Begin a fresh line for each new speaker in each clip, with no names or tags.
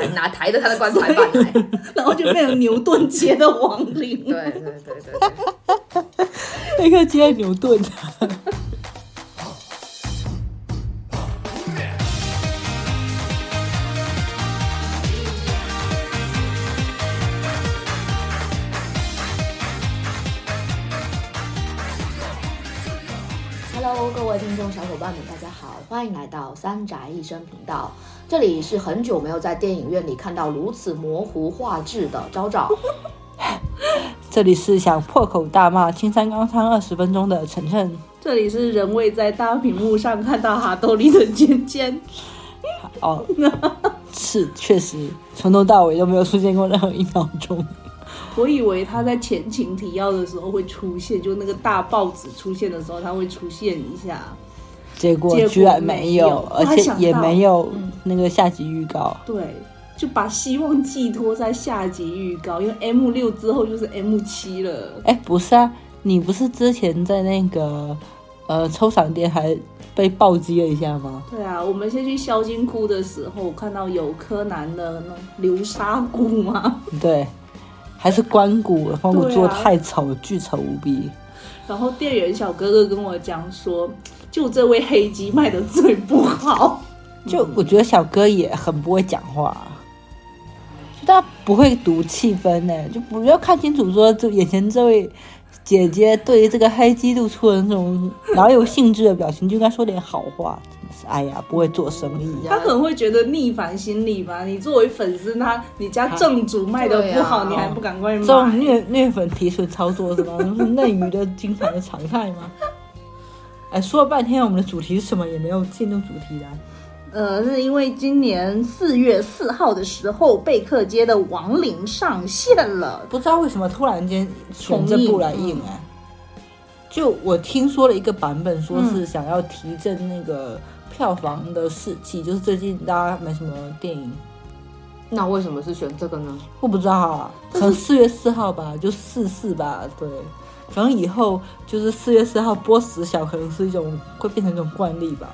灵啊，抬着他的棺材板 来。
然后就变成牛顿街的亡灵。
对对对对对。
那个接牛顿的。
Hello，各位听众小伙伴们，大家好，欢迎来到三宅一生频道。这里是很久没有在电影院里看到如此模糊画质的昭昭。
这里是想破口大骂青山刚昌二十分钟的晨晨。
这里是人未在大屏幕上看到哈豆利的尖尖，
哦，是确实，从头到尾都没有出现过任何一秒钟。
我以为他在前情提要的时候会出现，就那个大报纸出现的时候他会出现一下。
结果
结果
居然
没
没
有
有，而
他
且
想
也
到
没有
嗯
那个下集预告。
对，就把希望寄托在下集预告，因为 M 六之后就是 M 七了。
哎，不是啊，你不是之前在那个呃抽赏店还被暴击了一下吗？
对啊，我们先去萧金窟的时候看到有柯南的那流沙谷嘛，
对，还是关谷，关谷
对啊
做得太丑，巨丑无比。
然后店员小哥哥跟我讲说，就这位黑鸡卖的最不好。
就我觉得小哥也很不会讲话，就他不会读气氛呢、就不要看清楚说，就眼前这位姐姐对于这个黑鸡露出的那种饶有兴致的表情，就应该说点好话。真的是，哎呀，不会做生意。
他可能会觉得逆反心理吧。你作为粉丝，他你家正主卖的不好，
对啊
你还不赶快
这种
买？
虐虐粉提纯操作是吧？那是内娱的经常的常态吗？哎，说了半天我们的主题是什么，也没有进入主题的啊。
呃，是因为今年四月四号的时候，贝克街的亡灵上线了。
不知道为什么突然间选这部来印哎、就我听说了一个版本，说是想要提振那个票房的士气，就是最近大家没什么电影，
那为什么是选这个呢？
我不知道啊，可能四月四号吧，就四四吧，对。可能以后就是四月四号播时小，可能是一种会变成一种惯例吧，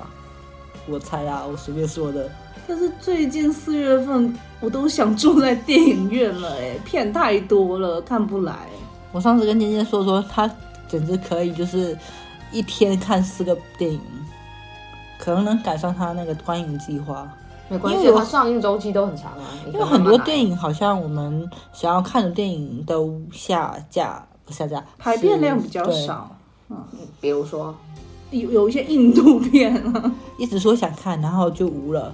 我猜啊，我随便说的。
但是最近四月份，我都想住在电影院了、 哎，片太多了，看不来。
我上次跟尖尖说说，他简直可以就是一天看四个电影，可能能赶上他那个观影计划。
没关
因
系
为，有
它上映周期都很长啊。因
因为很多电影好像我们想要看的电影都下架，不下架，
排
是
片量比较，
对
少，
比如说，
有有一些印度片啊，
一直说想看，然后就无了。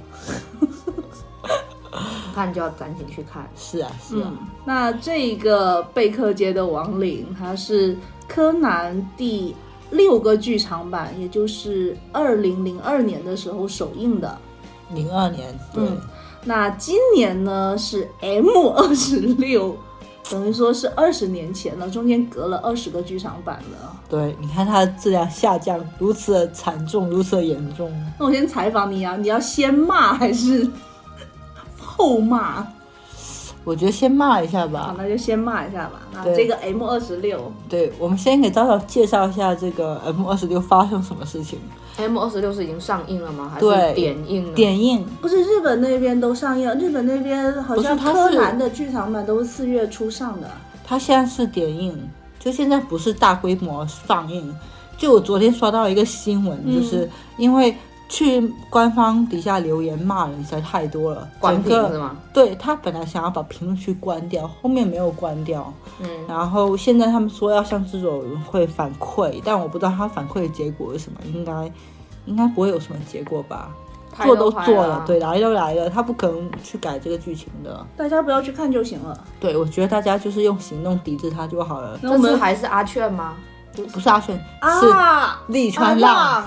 看就要赶紧去看。
是啊，是啊，
嗯，那这个贝克街的亡灵，它是柯南第六个剧场版，也就是二零零二年的时候首映的。
零二年，对，
嗯那今年呢是 M 二十六，等于说是二十年前了，中间隔了二十个剧场版了。
对，你看它的质量下降如此的惨重，如此的严重。
那我先采访你啊，你要先骂还是后骂？
我觉得先骂一下吧
好，。那就先骂一下吧。那
对
这个 M 二十六，
对，我们先给昭昭介绍一下这个 M 二十六发生什么事情。
M 二十六是已经上映了吗？还
对
是点映呢？
点映
不是日本那边都上映，日本那边好像
不是它
柯
是
南的剧场版都是四月初上的。
它现在是点映，就现在不是大规模放映。就我昨天刷到一个新闻，
嗯
就是因为去官方底下留言骂人实在太多了，
关
整
屏是
个
吗？
对他本来想要把评论区关掉，后面没有关掉，
嗯，
然后现在他们说要向制作委员会反馈，但我不知道他反馈的结果是什么，应该应该不会有什么结果吧？
拍
做都
拍啊
做了，对，来都来了，他不可能去改这个剧情的。
大家不要去看就行了。
对，我觉得大家就是用行动抵制他就好了。
那我
这次
们
还是阿雀吗？
不是阿炫，是
啊，
利川浪，
浪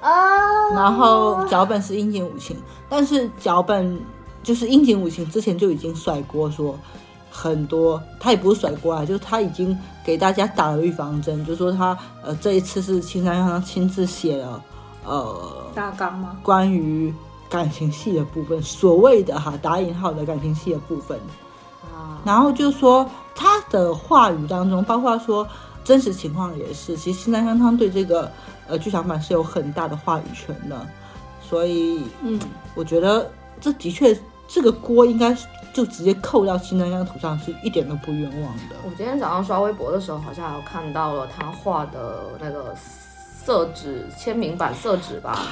啊，
然后脚本是樱井武晴，但是脚本就是樱井武晴之前就已经甩锅说很多，他也不是甩锅啊，就是他已经给大家打了预防针，就说他呃这一次是青山刚亲自写了呃
大纲吗？
关于感情戏的部分，所谓的哈打引号的感情戏的部分，
啊，
然后就说他的话语当中，包括说真实情况也是，其实新山康汤对这个呃剧场版是有很大的话语权的，所以
嗯，
我觉得这的确这个锅应该就直接扣到新娘娘头上是一点都不冤枉的。
我今天早上刷微博的时候，好像还有看到了他画的那个色纸签名版色纸吧，
啊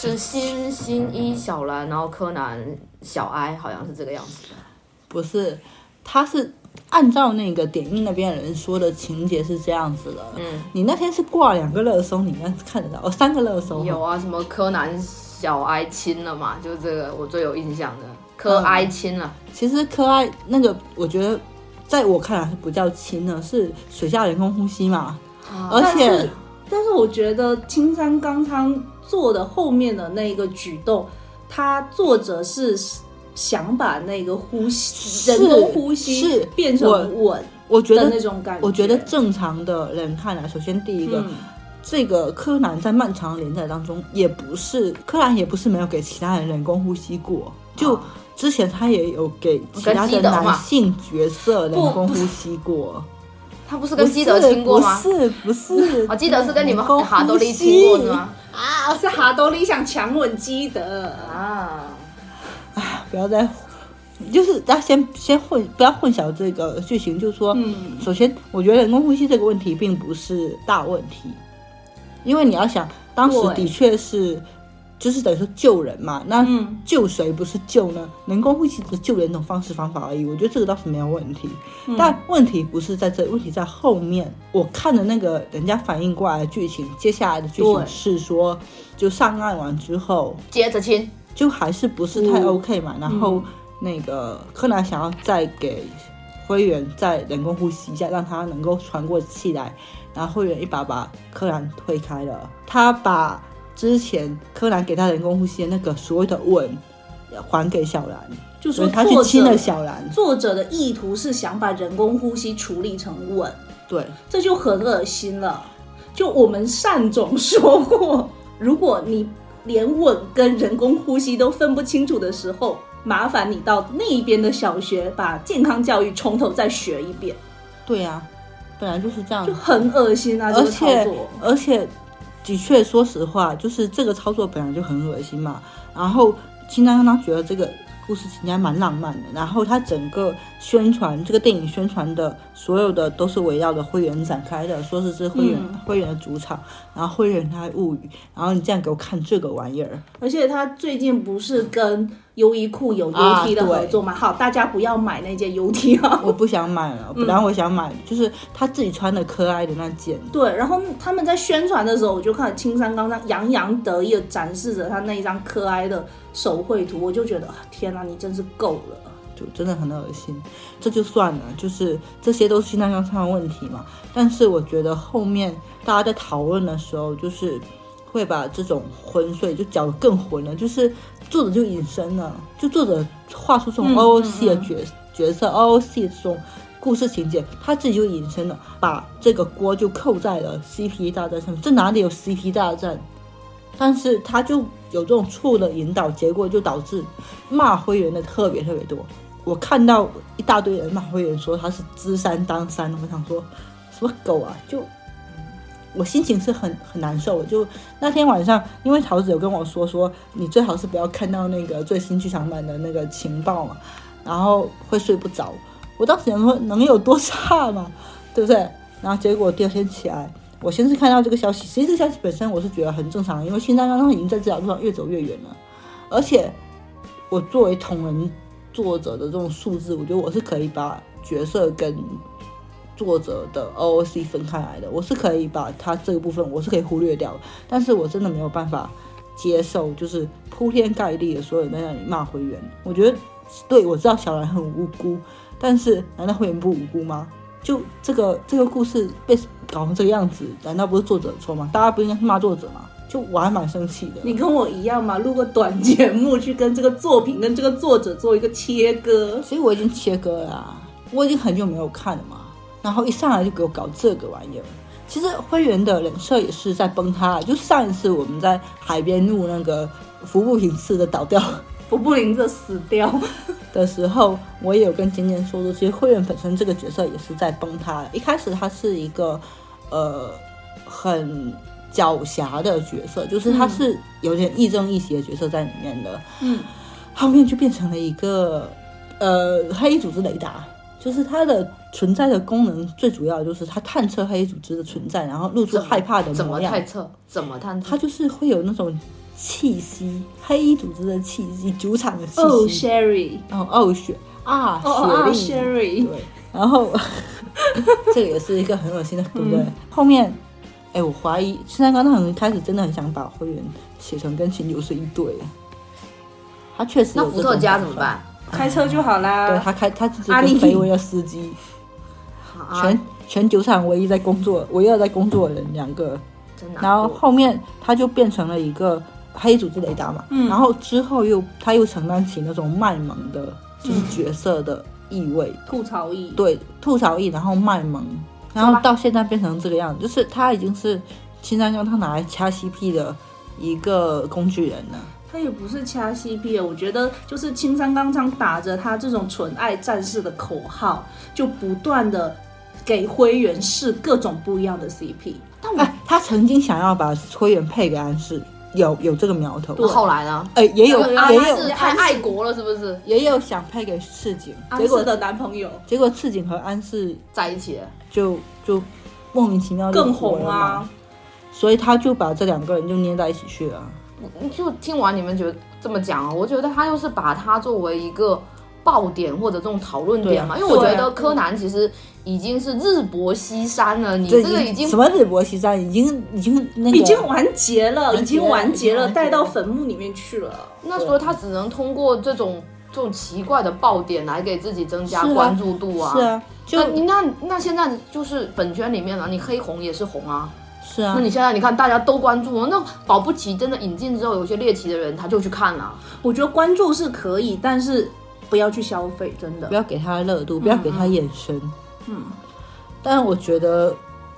是新新一小兰，然后柯南小哀，好像是这个样子的。
不是，他是按照那个点映那边的人说的情节是这样子的。
嗯，
你那天是挂两个热搜，你应该看得到，哦，三个热搜。
有啊，什么柯南小哀亲了嘛，就是这个我最有印象的，柯哀亲啊了。
其实柯爱那个，我觉得在我看来是不叫亲的，是水下人工呼吸嘛。而
但
且
是，但是我觉得青山刚昌做的后面的那个举动，他作者是想把那个呼吸
是
人工呼吸
是
变成稳
我觉
的
得
那种感
我觉得正常的人看来，首先第一个，
嗯
这个柯南在漫长的连载当中，也不是柯南也不是没有给其他人人工呼吸过，就之前他也有给其他
啊跟基
的
德嘛
男性角色人
不
工呼吸过。
他不是跟基德亲过吗？
不是不是，
哦，基德是跟你们
人工
哈多利
呼吸
亲过的吗？
啊，是哈多利想强吻基德，
啊，
不要再，就是大家先先混，不要混淆这个剧情。就是说，
嗯
首先，我觉得人工呼吸这个问题并不是大问题，因为你要想，当时
对
的确是，就是等于说救人嘛，那
嗯
救谁不是救呢？人工呼吸只是救人一种方式方法而已，我觉得这个倒是没有问题。
嗯
但问题不是在这，问题在后面。我看的那个人家反应过来的剧情，接下来的剧
对
情是说，就上岸完之后，
接着亲，
就还是不是太
嗯
OK 嘛。然后那个柯南想要再给灰原再人工呼吸一下，让他能够喘过气来，然后灰原一把把柯南推开了，他把之前柯南给他人工呼吸的那个所谓的吻还给小兰，
就
所
说
以他去
作
亲了
者
小兰。
作者的意图是想把人工呼吸处理成稳，
对，
这就很恶心了。就我们单总说过，如果你连吻跟人工呼吸都分不清楚的时候，麻烦你到那一边的小学把健康教育从头再学一遍，
对呀、本来就是这样
就。很恶心啊！这
而
个操
且
作，
而且，的确，说实话，就是这个操作本来就很恶心嘛。然后，金刚刚觉得这个故事情节还蛮浪漫的。然后，他整个宣传这个电影宣传的所有的都是围绕着灰原展开的，说是是灰原、
嗯
灰原的主场，然后灰原他物语，然后你这样给我看这个玩意儿，
而且他最近不是跟优衣库有 U
啊
T 的合作吗？好，大家不要买那件 U T 啊。
我不想买了。本来我想买，就是他自己穿的可爱的那件，
对，然后他们在宣传的时候，我就看青山刚昌洋洋得意的展示着他那一张可爱的手绘图，我就觉得啊天哪，你真是够了。
就真的很恶心。这就算了，就是这些都是那刚上的问题嘛。但是我觉得后面大家在讨论的时候，就是会把这种昏睡就搅得更混了，就是作者就隐身了，就作者画出这种
嗯
OOC 的
嗯嗯
角、角色，OOC 这种。故事情节，他自己就隐身了，把这个锅就扣在了 CP 大战上面。这哪里有 CP 大战？但是他就有这种错误的引导，结果就导致骂灰原的特别特别多。我看到一大堆人骂灰原说他是知山当山，我想说什么狗啊！就我心情是很很难受的。就那天晚上，因为桃子有跟我说说，你最好是不要看到那个最新剧场版的那个情报嘛，然后会睡不着。我当时想说能有多差嘛， 对不对？然后结果第二天起来，我先是看到这个消息，其实这个消息本身我是觉得很正常，因为新三刚刚已经在这条路上越走越远了，而且我作为同人作者的这种素质，我觉得我是可以把角色跟作者的 OOC 分开来的，我是可以把它这个部分我是可以忽略掉的，但是我真的没有办法接受，就是铺天盖地的所有人在那里骂灰原，我觉得对我知道小兰很无辜，但是难道灰原不无辜吗？就这个这个故事被搞成这个样子，难道不是作者的错吗？大家不应该是骂作者吗？就我还蛮生气的。
你跟我一样嘛，录个短节目去跟这个作品跟这个作者做一个切割，
所以我已经切割了啊、我已经很久没有看了嘛。然后一上来就给我搞这个玩意儿，其实灰原的人设也是在崩塌。啊就是上一次我们在海边录那个服部平次的倒掉
不不灵着死掉。
的时候，我也有跟尖尖说过，其实灰原本身这个角色也是在崩塌啊的。一开始他是一个呃很狡黠的角色，就是他是有点亦正亦邪的角色在里面的。
嗯，
后面就变成了一个呃黑衣组织雷达，就是它的存在的功能最主要就是它探测黑衣组织的存在，然后露出害怕的
怎
模
么
样
探。测？怎么探测
它？就是会有那种气息，黑衣组织的气息，酒场的气
哦
息，
，Sherry，
哦哦血啊
哦哦啊
血力，
，Sherry，
对，然后 这个也是一个很恶心的，对不对？
嗯
后面，哎，我怀疑现在刚刚很开始真的很想把灰原写成跟秦九是一对的，他确实
那
有
伏
这
特
种
加
打
怎么
算？
办？
开车就好
对
啦。
他开，他就是
啊阿
个
丽
卑微的司 机，
啊，
全全酒厂唯一在工作、唯二在工作的人两个，
真啊难
然后
过
后面他就变成了一个黑组织雷达嘛，
嗯
然后之后又他又承担起那种卖萌的，就是
嗯
角色的意味，
吐槽艺，
对，吐槽艺，然后卖萌，然后到现在变成这个样子，就是他已经是青山刚他拿来掐 CP 的一个工具人了，
他也不是掐 CP，的我觉得就是青山刚昌打着他这种纯爱战士的口号，就不断的给灰原试各种不一样的 CP。但我
哎，他曾经想要把灰原配给安室，有有这个苗头，
那后来呢？
哎，也有
对
啊
啊
也
他
有
是太爱国了，是不是？
也有想配给赤井，
安
结
室
果
啊的男朋友
结果赤井和安室
在一起了，
就就莫名其妙就
更
火
红
了嘛
啊，，
所以他就把这两个人就捏在一起去了。
你就听完你们觉得这么讲啊，我觉得他又是把它作为一个爆点或者这种讨论点嘛，因
对啊
为我觉
对
得
啊
柯南其实已经是日薄西山了，你这个已经
什么日薄西山，已经已经那个
已经完结了，已经完结
已经完
了，
结了
带到坟墓里面去了。
那所以他只能通过这种这种奇怪的爆点来给自己增加
是啊
关注度
是啊，就
那你那那现在就是粉圈里面啊，你黑红也是红啊。
是啊
那，你现在你看大家都关注，那保不齐真的引进之后，有些猎奇的人他就去看了。
我觉得关注是可以，但是不要去消费，真的
不。要给他热度，不要给他眼神。
嗯，
但我觉得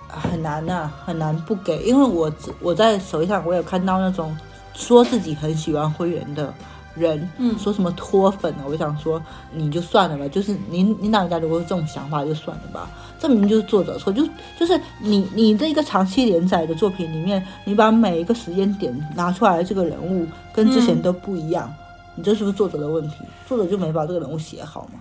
很难呐、很难不给，因为我我在手机上我有看到那种说自己很喜欢灰原的。人，
嗯
说什么脱粉啊？我想说，你就算了吧，就是你你老人家如果有这种想法就算了吧，这明明就是作者错，就就是你你的一个长期连载的作品里面，你把每一个时间点拿出来的这个人物跟之前都不一样，你这是不是作者的问题？作者就没把这个人物写好嘛？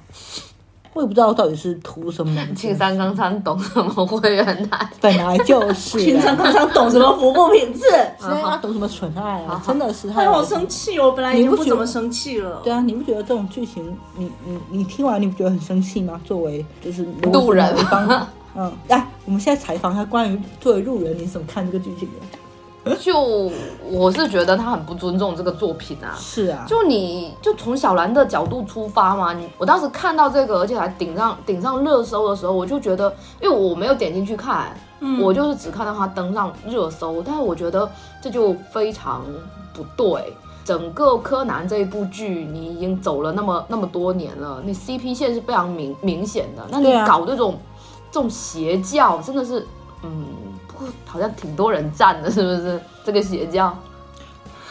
我也不知道到底是图什么，
青山刚昌懂什么会员奶？
本来就是
青山
啊，
刚昌懂什么服务品 质？
现在他懂什么纯爱
好
啊，
好
真的是
哎
太
呦，好生气哦！我本来已
你
经
不
不
觉
怎么生气了。
对啊，你不觉得这种剧情，你你你听完你不觉得很生气吗？作为就是如果是
路人
某一 方，嗯，哎，我们现在采访一下关于作为路人你怎么看这个剧情的？
就我是觉得他很不尊重这个作品啊。
是啊，
就你就从小兰的角度出发嘛，你我当时看到这个，而且还顶上顶上热搜的时候，我就觉得，因为我没有点进去看，
嗯
我就是只看到它登上热搜，但是我觉得这就非常不对。整个柯南这一部剧，你已经走了那么那么多年了，你 CP 线是非常明明显的，那你
对啊
搞这种、这种邪教，真的是，嗯，不过好像挺多人站的，是不是？这个邪教，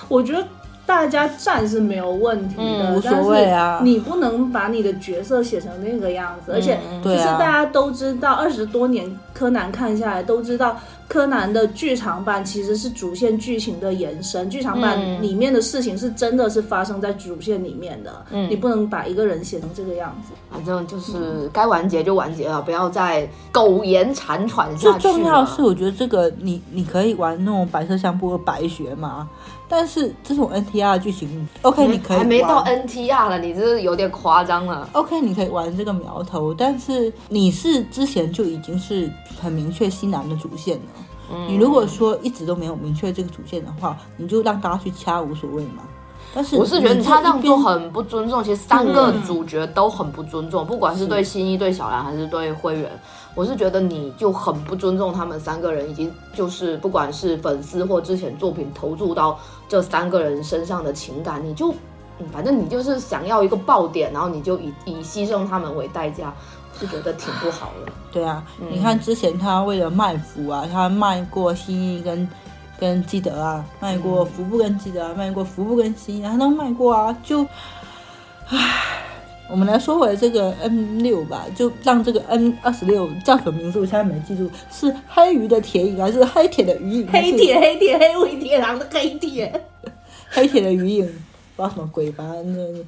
我觉得大家站是没有问题的，
嗯
无所谓啊
但是你不能把你的角色写成那个样子，而且
嗯
其
对
实
啊
大家都知道，二十多年柯南看下来都知道，柯南的剧场版其实是主线剧情的延伸，剧场版
嗯
里面的事情是真的是发生在主线里面的，
嗯
你不能把一个人写成这个样子。
反正就是该完结就完结了，不要再苟延残喘下去啊哎
最
了。
重要是，我觉得这个你你可以玩那种白色相扑和白学嘛，但是这种 NTR 剧情，OK，你可以
还没到
玩
NTR 了，你这是有点夸张了。
OK，你可以玩这个苗头，但是你是之前就已经是很明确西南的主线了。
嗯
你如果说一直都没有明确这个主线的话，你就让大家去掐无所谓嘛。但是
我是觉得
你
他
一
这样做
边啊
很不尊重，其实三个主角都很不尊重，不管是对新一、对小兰还是对灰原，我是觉得你就很不尊重他们三个人，以及就是不管是粉丝或之前作品投注到这三个人身上的情感，你就。嗯反正你就是想要一个爆点，然后你就以以牺牲他们为代价，是觉得挺不好 的。
对啊，
嗯
你看之前他为了卖腐啊，他卖过新一跟跟基德啊，卖
嗯
过服部跟基德啊，卖过服部跟新一啊，他都卖过啊。就，唉，我们来说回这个 N 六吧，就让这个 N 二十六叫什么名字？我现在没记住，是黑鱼的铁影还是黑铁的鱼影？
黑铁黑铁黑尾铁狼的黑铁，
还是黑铁的鱼影。不知道什么鬼，反正就是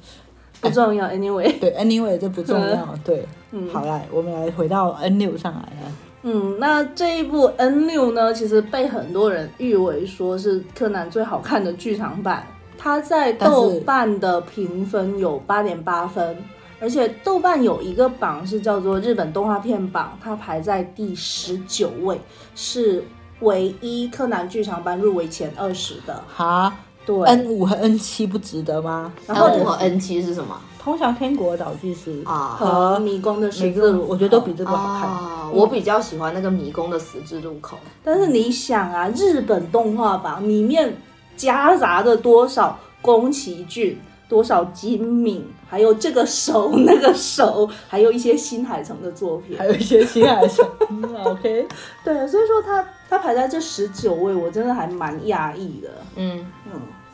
不重要，anyway。
对，anyway 这不重要，对，好来，我们来回到 N 六上来了，
嗯，那这一部 N 六呢，其实被很多人誉为说是柯南最好看的剧场版，它在
但是
豆瓣的评分有八点八分，而且豆瓣有一个榜是叫做日本动画片榜，它排在第十九位，是唯一柯南剧场版入围前二十的。
哈
对，
，N 五和 N 七不值得吗？
然后
N 哎五和 N 七是什么
通常天国岛剧是
啊
和迷宫的十
每
字
个
路，
我觉得都比这部哦好看。
啊，我比较喜欢那个迷宫的十字路口，
但是你想啊，日本动画榜里面夹杂着多少宫崎骏、多少金敏，还有这个手那个手，还有一些新海诚的作品
还。有一些新海诚、嗯、，OK，
对，所以说他他排在这十九位，我真的还蛮讶异的。
嗯，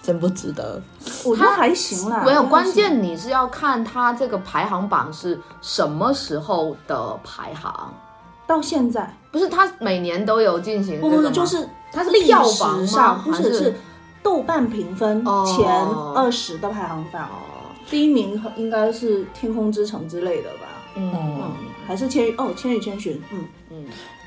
真不值得。
我觉得还行啦，
啊没有，
还
关
行
键你是要看它这个排行榜是什么时候的排行，
到现在
不是它每年都有进行这
不
个吗，
不是就是
它是
历
票房吗
史上不
还
是
是
是豆瓣评分
哦
前二十的排行榜，第一名应该是《天空之城》之类的吧。
嗯，
还是千与哦，千与千寻，嗯，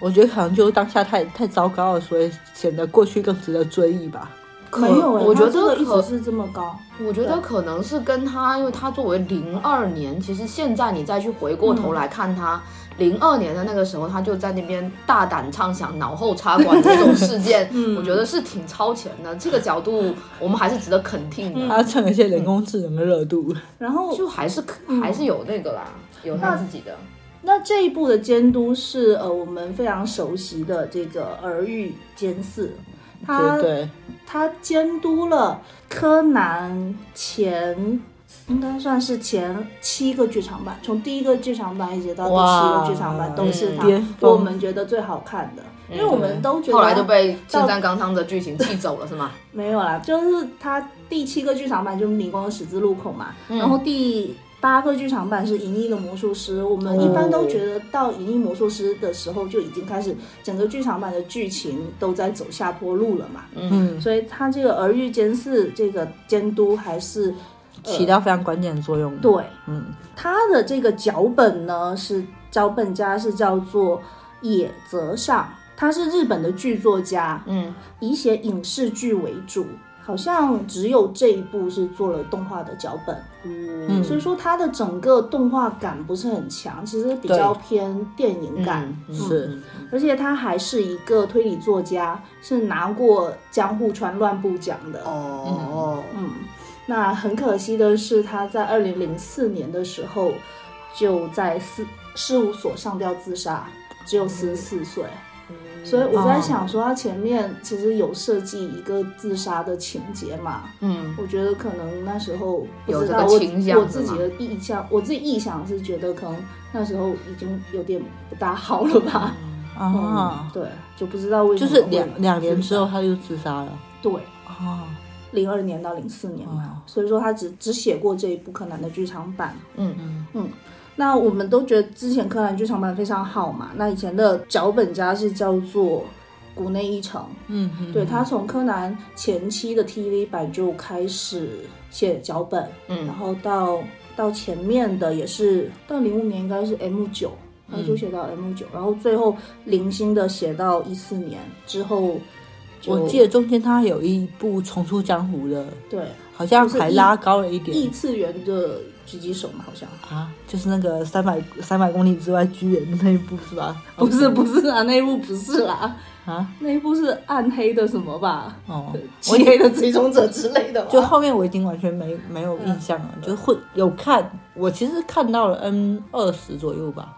我觉得可能就是当下太太糟糕了，所以显得过去更值得追忆吧。
可
没有哎，
我觉
它这
得
个一直
可，
是这么高，
我觉得可能是跟它，因为它作为零二年，其实现在你再去回过头来看它。
嗯
零二年的那个时候，他就在那边大胆畅想脑后插管这种事 件，
嗯
我觉得是挺超前的。这个角度，我们还是值得肯定的。
他要蹭一些人工智能的热度，
然后
就还是可
嗯
还是有那个啦，有他自己的。
那这一部的监督是呃我们非常熟悉的这个儿玉监四，他
对 对。
他监督了柯南前。应该算是前七个剧场版，从第一个剧场版一直到第七
哇
个剧场版都是他，
巅峰
我们觉得最好看的，因为我们都觉得
嗯后来就被青山刚昌的剧情气走了，是吗？
没有啦，就是它第七个剧场版就是《迷宫的十字路口》嘛，
嗯
嗯
然后第八个剧场版是《银翼的魔术师》。我们一般都觉得到《银翼魔术师》的时候就已经开始整个剧场版的剧情都在走下坡路了嘛，
嗯，
所以他这个儿玉监视这个监督还是呃
起到非常关键的作用。
对
嗯，
他的这个脚本呢是脚本家是叫做野泽上，他是日本的剧作家，
嗯，
以写影视剧为主，好像只有这一部是做了动画的脚本，
嗯
所以说它的整个动画感不是很强，其实比较
对
偏电影
嗯
感。
嗯
是
而且他还是一个推理作家，是拿过江户川乱步奖的。
哦，
那很可惜的是，他在二零零四年的时候就在事事务所上吊自杀，只有十四岁。
嗯
所以我在
哦
想说，他前面其实有设计一个自杀的情节嘛？
嗯，
我觉得可能那时候不
有
知
这
道
个
我
倾向
我
是
自己
吗
的意向，我自己臆想是觉得可能那时候已经有点不大好了吧？嗯
啊，，
对，就不知道为什
就
么
是
会
两两年
自杀
之后他就自杀了
对。
啊。
零二年到零四年嘛，
哦
所以说他只只写过这一部柯南的剧场版。
嗯
嗯嗯。那我们都觉得之前柯南剧场版非常好嘛，那以前的脚本家是叫做谷内一成，
嗯，嗯
对他从柯南前期的 TV 版就开始写脚本，嗯，然后到到前面的也是到零五年应该是 M 九，他就写到
嗯
M 九、然后最后零星的写到一四年之后就，
我记得中间他有一部重出江湖的，
对
好像
就是
还
一
拉高了一点
异次元的狙击手嘛，好像
啊，就是那个三百三百公里之外居人的那一部是吧？
不是不是啊，那一部不是啦，
啊，
那一部是暗黑的什么 吧，
哦，
漆黑的追踪者之类的吧，
就后面我已经完全没没
嗯
有印象了，就会有看，我其实看到了 N 二十左右吧，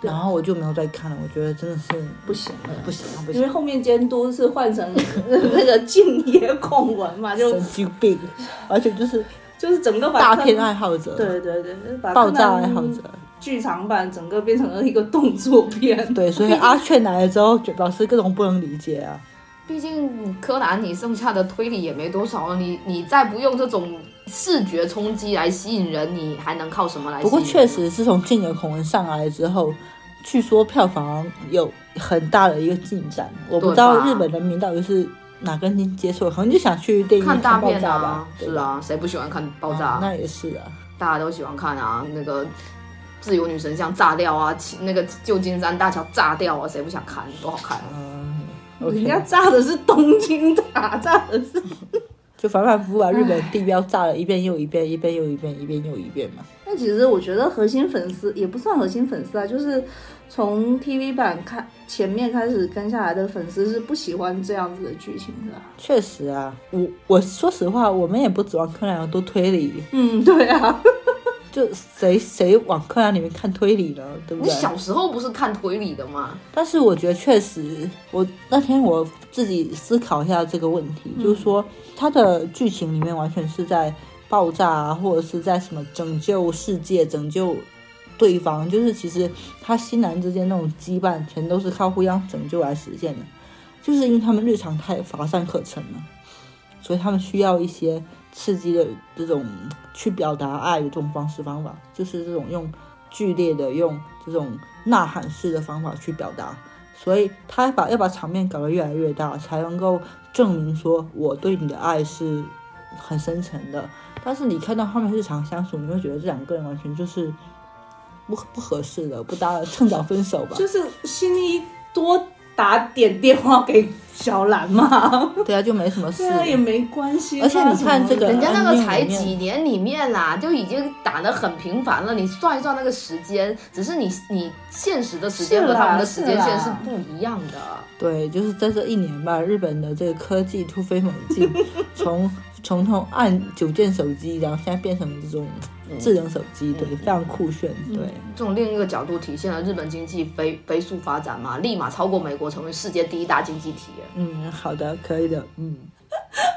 然后我就没有再看了，我觉得真的是
不行了。
不行啊不
因为
行，
后面监督是换成那个静野孔文 嘛，就
神经病，而且就是
就是整个把
大
柯
片爱好者，
对对对，把
爆
柯
炸
南
爱好者，
剧场版整个变成了一个动作
嗯
片。
对，所以阿雀来了之后，老师各种不能理解啊，
毕竟柯南你剩下的推理也没多少，你你再不用这种视觉冲击来吸引人，你还能靠什么来吸
不
引人呢？
过确实是从进有孔文上来之后，据说票房有很大的一个进展。我不知道
对吧
日本人民到底是哪根筋接触，可能就想去电影院
看大
爆
片
炸
啊
吧，，对
是
吧，
啊，谁不喜欢看爆炸？
那也是啊，
大家都喜欢看啊，那个自由女神像炸掉啊，其那个旧金山大桥炸掉啊，谁不想看？多好看啊！
嗯
人家
，OK，
炸的是东京塔，炸的是。
就反反复复把日本地标炸了一遍又一遍，一遍又一遍，一遍又一遍嘛。
但其实我觉得核心粉丝也不算核心粉丝啊，就是从 TV 版看前面开始跟下来的粉丝是不喜欢这样子的剧情的啊。
确实啊，我我说实话，我们也不指望柯南有多推理，
嗯，对啊，
就谁谁往柯南里面看推理呢，对不
你
对？
小时候不是看推理的吗？
但是我觉得确实，我那天我自己思考一下这个问题，就是说它的剧情里面完全是在爆炸啊，或者是在什么拯救世界、拯救对方，就是其实他新男之间那种羁绊，全都是靠互相拯救来实现的，就是因为他们日常太乏善可陈了，所以他们需要一些刺激的这种去表达爱的这种方式方法，就是这种用剧烈的用这种呐喊式的方法去表达，所以他把要把场面搞得越来越大，才能够证明说我对你的爱是很深沉的。但是你看到他们日常相处，你会觉得这两个人完全就是不不合适的，不搭的，趁早分手 吧。
就是心里多打点电话给小兰 嘛，
对啊，就没什么事
对。啊，也没关系啊。
而且你看这个
什
人
么的
家那个才
嗯里面
几年里面啦，就已经打得很频繁了。你算一算那个时间，只是你你现实的时间
是
和
啦
他们的时间线
是
是
啦
不一样的。
对，就是在这一年吧，日本的这个科技突飞猛进，从从从按九键手机，然后现在变成这种智能手机，对，非常酷炫，对。
这种另一个角度体现了日本经济飞飞速发展嘛，立马超过美国，成为世界第一大经济体。
嗯，好的，可以的，嗯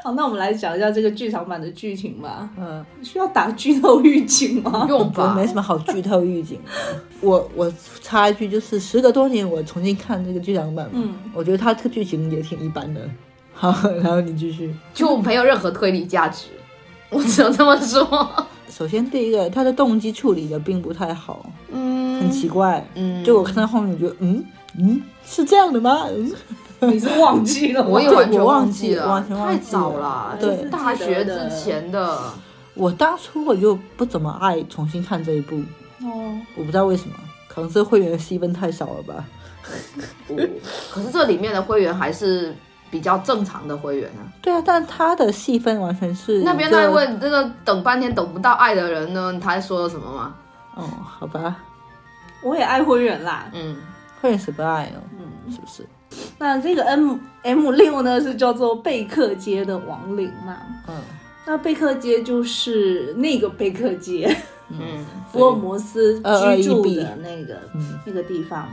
好，那我们来讲一下这个剧场版的剧情吧。
嗯，
需要打剧透预警吗？
用
哦我
吧
没，什么好剧透预警的。 我我插一句，就是时隔多年，我重新看这个剧场版，
嗯，
我觉得它这个剧情也挺一般的。 好，然后你继续。
就没有任何推理价值，我只能这么 说。
首先，第一个，它的动机处理的并不太好，
嗯，
很奇怪。
嗯
就我看到后面，我觉得，嗯嗯，是这样的吗？嗯，
你是忘记了吗？
我也
对
完全
我忘
记
记
了，
完全忘
太
记
早
了
了，
对
就是大学之前 的。哦
我当初我就不怎么爱重新看这一部，
哦，
我不知道为什么，可能是会员戏份太少了吧。
可是这里面的会员还是比较正常的会员啊。
对啊，但他的戏份完全是
那边
一个
那位这个等半天等不到爱的人呢，他说了什么吗？
哦，好吧，
我也爱灰原啦。
嗯，
会员谁不爱呢？嗯，是不是？
那这个 M M 六呢，是叫做贝克街的亡灵嘛？
嗯，
那贝克街就是那个贝克街，
嗯，
福尔摩斯居住的
221
那个
嗯
那个地方。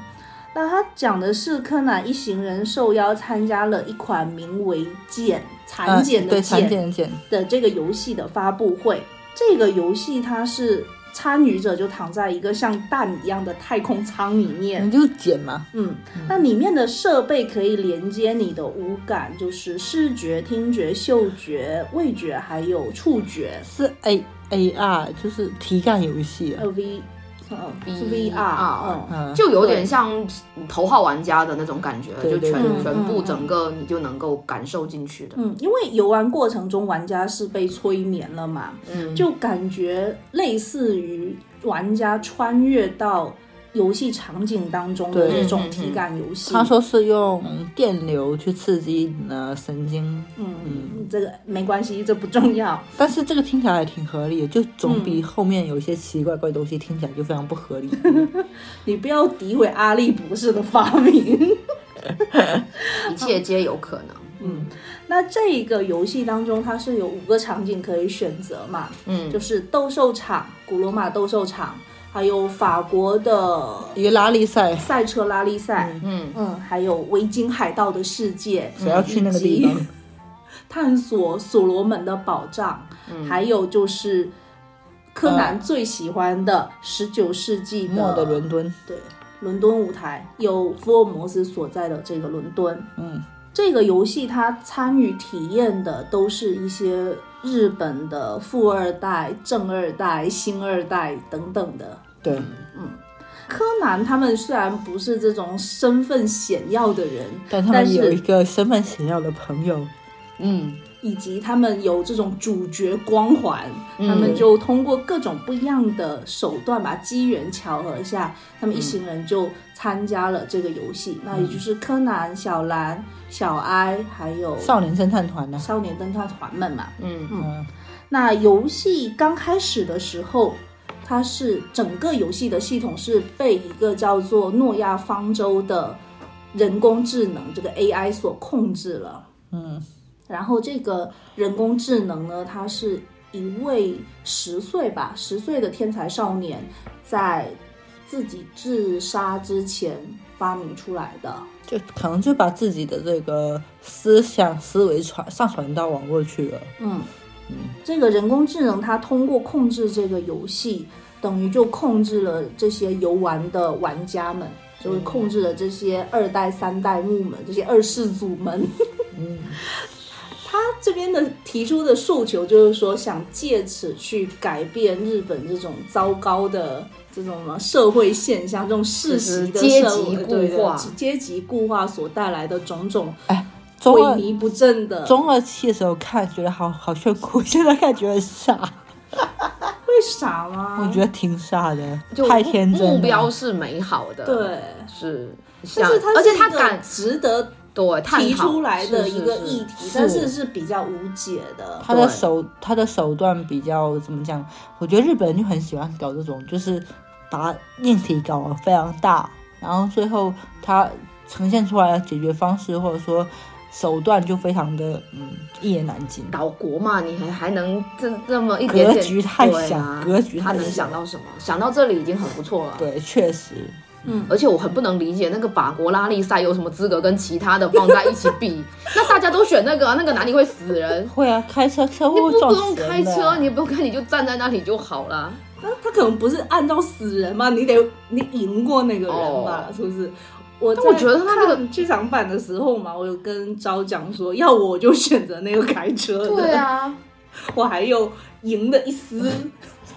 那他讲的是柯南一行人受邀参加了一款名为“简”产检
嗯
的
对产
简
检的检，
的这个游戏的发布会。这个游戏它是参与者就躺在一个像蛋一样的太空舱里面
你，就检嘛。
嗯，那里面的设备可以连接你的五感，就是视觉、听觉、嗅觉、味觉，还有触觉。
是 A A R，就是体感游戏啊
呃。V，呃
V
，VR，
R
嗯，
嗯，
就有点像头号玩家的那种感觉，
对
就
对
全
对
全部
嗯嗯
整个你就能够感受进去的。
嗯，因为游玩过程中玩家是被催眠了嘛，
嗯，
就感觉类似于玩家穿越到游戏场景当中的
对
那种
嗯嗯
体感游戏。
他说是用电流去刺激你的神经，
嗯，这个没关系，这不重要。
但是这个听起来也挺合理的，就总比
嗯
后面有一些奇怪怪的东西听起来就非常不合理。
你不要诋毁阿笠博士的发明。
一切皆有可能。
嗯，那这个游戏当中，它是有五个场景可以选择嘛，
嗯，
就是斗兽场、古罗马斗兽场，还有法国的
一个拉力赛，
赛车拉力赛，
嗯
嗯，还有维京海盗的世界，
谁要去那个地
以及
方？
探索所罗门的宝藏，
嗯
还有就是柯南最喜欢的十九世纪
末的伦敦，
对伦敦舞台，有福尔摩斯所在的这个伦敦。
嗯，
这个游戏它参与体验的都是一些日本的富二代、正二代、星二代等等的。
对，
柯南他们虽然不是这种身份显要的人，
但他
但
们
是
有一个身份显要的朋友，
嗯
以及他们有这种主角光环，
嗯
他们就通过各种不一样的手段吧，机缘巧合下，他们一行人就参加了这个游戏。那也就是柯南、小兰、小哀，还有
少年侦探团呢、
少年侦探团们嘛。
嗯
嗯，
那游戏刚开始的时候，它是整个游戏的系统是被一个叫做诺亚方舟的人工智能这个 AI 所控制了。
嗯，
然后这个人工智能呢，它是一位十岁吧，十岁的天才少年在自己自杀之前发明出来的。
就可能就把自己的这个思想思维传上传到网络去了。
嗯，这个人工智能它通过控制这个游戏，等于就控制了这些游玩的玩家们，就是控制了这些二代、三代目们，这些二世祖们。
嗯，
他这边的提出的诉求就是说，想借此去改变日本这种糟糕的这种什么社会现象，这种世袭
就
的
是阶
社
级
会
固化
对对阶级固化所带来的种种
中
萎
二
靡不振的。
中二期的时候看觉得好好炫酷， 现在看觉得傻，
为啥吗？
我觉得挺傻的
就，
太天真了。
目标是美好的，，
对。
是想，
但是它
而且
是
他
一个
敢
值得
对探讨
提出来的
是是
一个
是
议题，
是
但是是比较无解的。
他的
对
手他的手段比较怎么讲？我觉得日本人就很喜欢搞这种，就是把命题搞得非常大，然后最后他呈现出来的解决方式或者说手段就非常的嗯一言难尽。
岛国嘛，你还还能这这么一点点
格局太小
对啊
格局太
他能
小
想到什么？想到这里已经很不错了。
对，确实，
嗯，
而且我很不能理解那个法国拉力赛有什么资格跟其他的放在一起 比？那大家都选那个啊，那个哪里会死人？
会啊，开车车
你
祸
不
会撞
不
死
用
人的
开车，你不用开，你就站在那里就好了。
他可能不是按照死人嘛，你得你赢过那个人吧，是不是？我
但我觉得他这个
个剧场版的时候嘛，我有跟昭讲说，要我我就选择那个开车的，
对啊，
我还有赢的一丝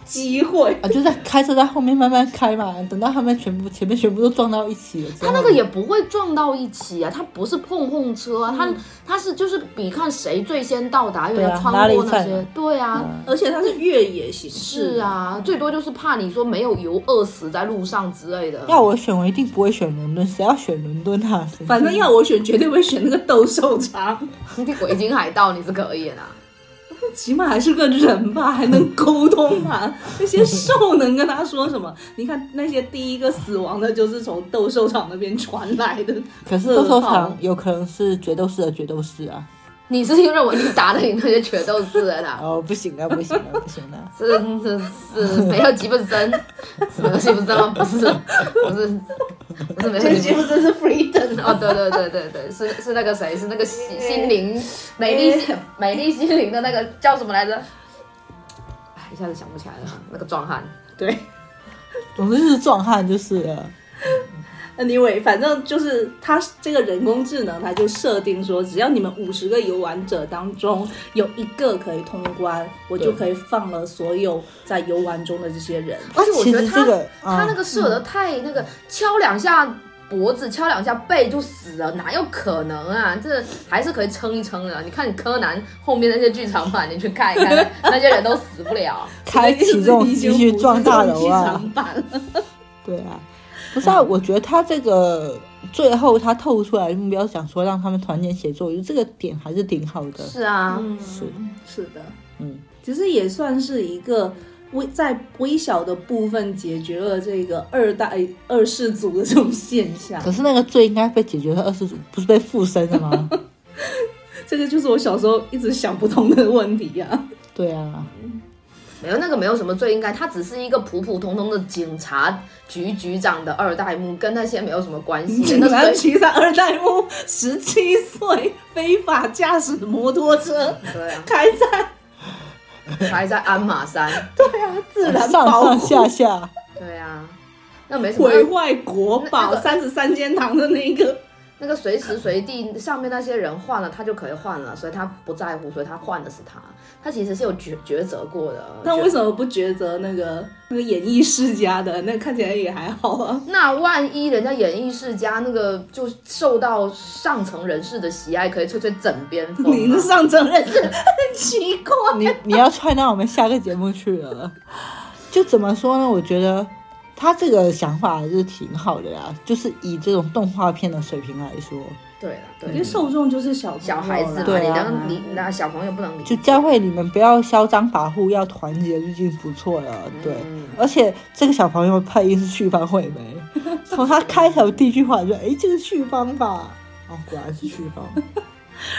机 会。
啊，就在开车在后面慢慢开嘛，等到他们全部前面全部都撞到一起了之后，
他那个也不会撞到一起啊，他不是碰碰车啊，他
嗯
他是就是比看谁最先到达，因为
对啊
要穿
拉力
过那
赛
些
嘛，
对啊。
而且它是越野形式，
是，啊，最多就是怕你说没有油饿死在路上之类的。
要我选，我一定不会选伦敦，谁要选伦敦啊？神经
反正要我选，绝对会选那个斗兽场，
鬼金海盗你是可以的啦，
起码还是个人吧，还能沟通嘛。那些兽能跟他说什么？ 你看那些第一个死亡的，就是从斗兽场那边传来的。
可是斗兽场有可能是决斗士的决斗士啊！
你是认为你打得赢那些决斗士的 啦？
哦，不行啊，不行啊，不行啊！
真的是没有吉本森，是没有吉本森吗？不是，不是，不是没有吉
不
本
是是 freedom
哦，对对对对对，是是那个谁，是那个心心灵美丽心美丽心灵的那个叫什么来着？哎，一下子想不起来了，那个壮汉。
对
总之就是壮汉就是了。
，anyway，反正就是它这个人工智能，它就设定说，只要你们五十个游玩者当中有一个可以通关，我就可以放了所有在游玩中的这些人。
而且我觉得
其实
他、
这个啊
他那个射的太那个，敲两下脖子，敲两下背就死了，哪有可能啊？这还是可以撑一撑的。你看你柯南后面那些剧场版，你去看一看，那些人都死不了。
开启这种
已经
继续撞大
不是
楼
剧
啊！
场版了
对啊，不是啊，我觉得他这个最后他透出来的目标，想说让他们团结协作，我觉得这个点还是挺好的。
是啊，
嗯
是，
是的，
嗯，
其实也算是一个微在微小的部分解决了这个二代哎二世祖的这种现象
可。是那个罪应该被解决的二世祖不是被附身了吗？
这个就是我小时候一直想不通的问题呀、
嗯
对啊，
没有那个没有什么最应该，他只是一个普普通通的警察局局长的二代目，跟那些没有什么关系。
嗯警
那
察
随
局长二代目十七岁非法驾驶摩托车
对啊，
开在啊
还在鞍马山，
自然
上
保护
上下下，
对啊，那没什么。
毁坏国
那那
宝
个
三十三间堂的那个
那个随时随地上面那些人换了，他就可以换了，所以他不在乎，所以他换的是他。他其实是有抉抉择过的。
那为
么？
什么不抉择那个那个演艺世家的？那看起来也还好啊。
那万一人家演艺世家那个就受到上层人士的喜爱，可以吹吹枕边风、啊
你的上层人 士很奇怪，
你你要踹到我们下个节目去了。就怎么说呢？我觉得他这个想法还是挺好的啦，就是以这种动画片的水平来说，
对了，对啊
因为受众就是小
小孩子嘛，
对
你
啊
能理那小朋友不能理
就教会你们不要嚣张跋扈，要团结就已经不错了。对，
嗯
而且这个小朋友配音是旭方 惠美，从他开头第一句话就，哎，这个旭方吧，哦，果然是旭方。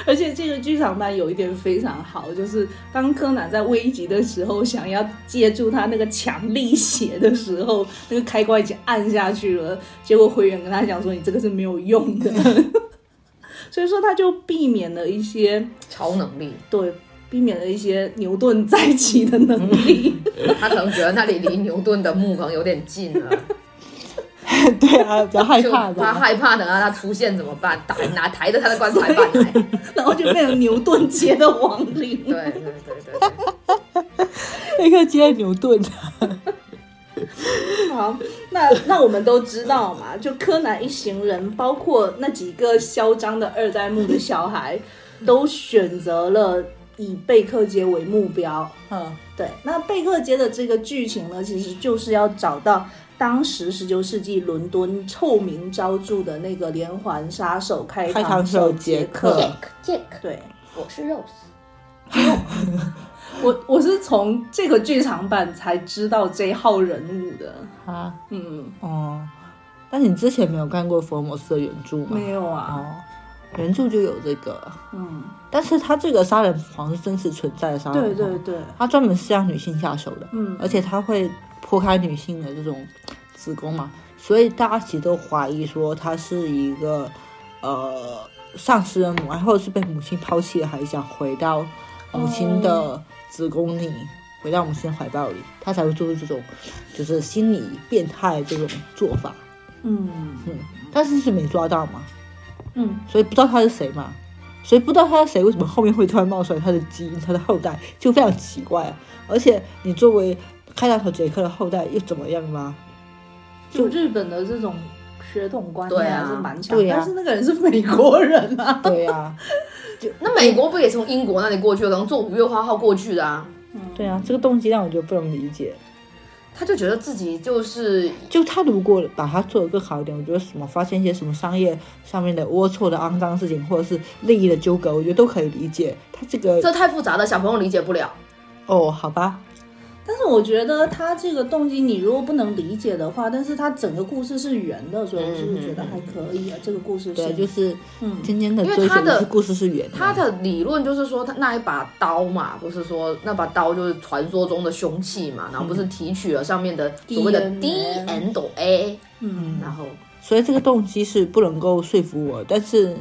而且这个剧场版有一点非常好，就是当柯南在危急的时候，想要借助他那个强力血的时候，那个开关已经按下去了，结果灰原跟他讲说：“你这个是没有用 的。”所以说他就避免了一些
超能力，
对，避免了一些牛顿再起的能力。
他可能觉得那里离牛顿的墓可能有点近了，
对啊，比较 害
就
怕的
他
啊。
害怕等到他出现怎么办？打拿抬着他的棺材板来，
然后就变成牛顿街的亡灵。
对对对 对对。
那个接牛顿，
好，那那我们都知道嘛，就柯南一行人，包括那几个嚣张的二代目的小孩，都选择了以贝克街为目标。
嗯，
对，那贝克街的这个剧情呢，其实就是要找到当时十九世纪伦敦臭名昭著的那个连环杀手开
开膛
手
手杰
克。
克，
Jack，
对，
我是 Rose。
我我是从这个剧场版才知道这一号人物的。
啊，
嗯，
哦，但你之前没有看过福尔摩斯的原著吗？
没有啊。
哦，原著就有这个，
嗯，
但是他这个杀人狂是真实存在的杀
对
人狂，
对对，
他专门是向女性下手的，
嗯
而且他会剖开女性的这种子宫嘛，所以大家其实都怀疑说他是一个呃丧失了母爱，或者是被母亲抛弃了，还是想回到母亲的子宫里，回到母亲的怀抱里，他才会做出这种就是心理变态这种做法。
嗯
嗯，但是是没抓到嘛，
嗯，
所以不知道他是谁嘛，所以不知道他是谁，为什么后面会突然冒出来他的基因、他的后代，就非常奇怪、啊。而且你作为开膛手杰克的后代又怎么样啦？
就日本的这种血统观
对
念
啊
还是蛮强，
对啊
但是那个人是美国人 啊，
对呀、
那美国不也从英国那里过去的，可能坐五月花号过去的啊？
对呀、这个动机让我觉得不能理解。
他就觉得自己就是
就他如果把它做得更好一点，我觉得什么发现一些什么商业上面的龌龊的肮脏事情，或者是利益的纠葛，我觉得都可以理解。他这个
这太复杂了，小朋友理解不了。
哦，好吧，
但是我觉得他这个动机你如果不能理解的话，但是他整个故事是圆的，所以我是觉得还可以啊，这个故事
对，
线
就是
嗯
尖尖的
因为
追
他
求
的
是故事是圆
他的理论就是说，他那一把刀嘛，不是说那把刀就是传说中的凶器嘛，然后不是提取了上面的所谓的 D
DNA
N 到 A，
嗯，
然后
所以这个动机是不能够说服我，但是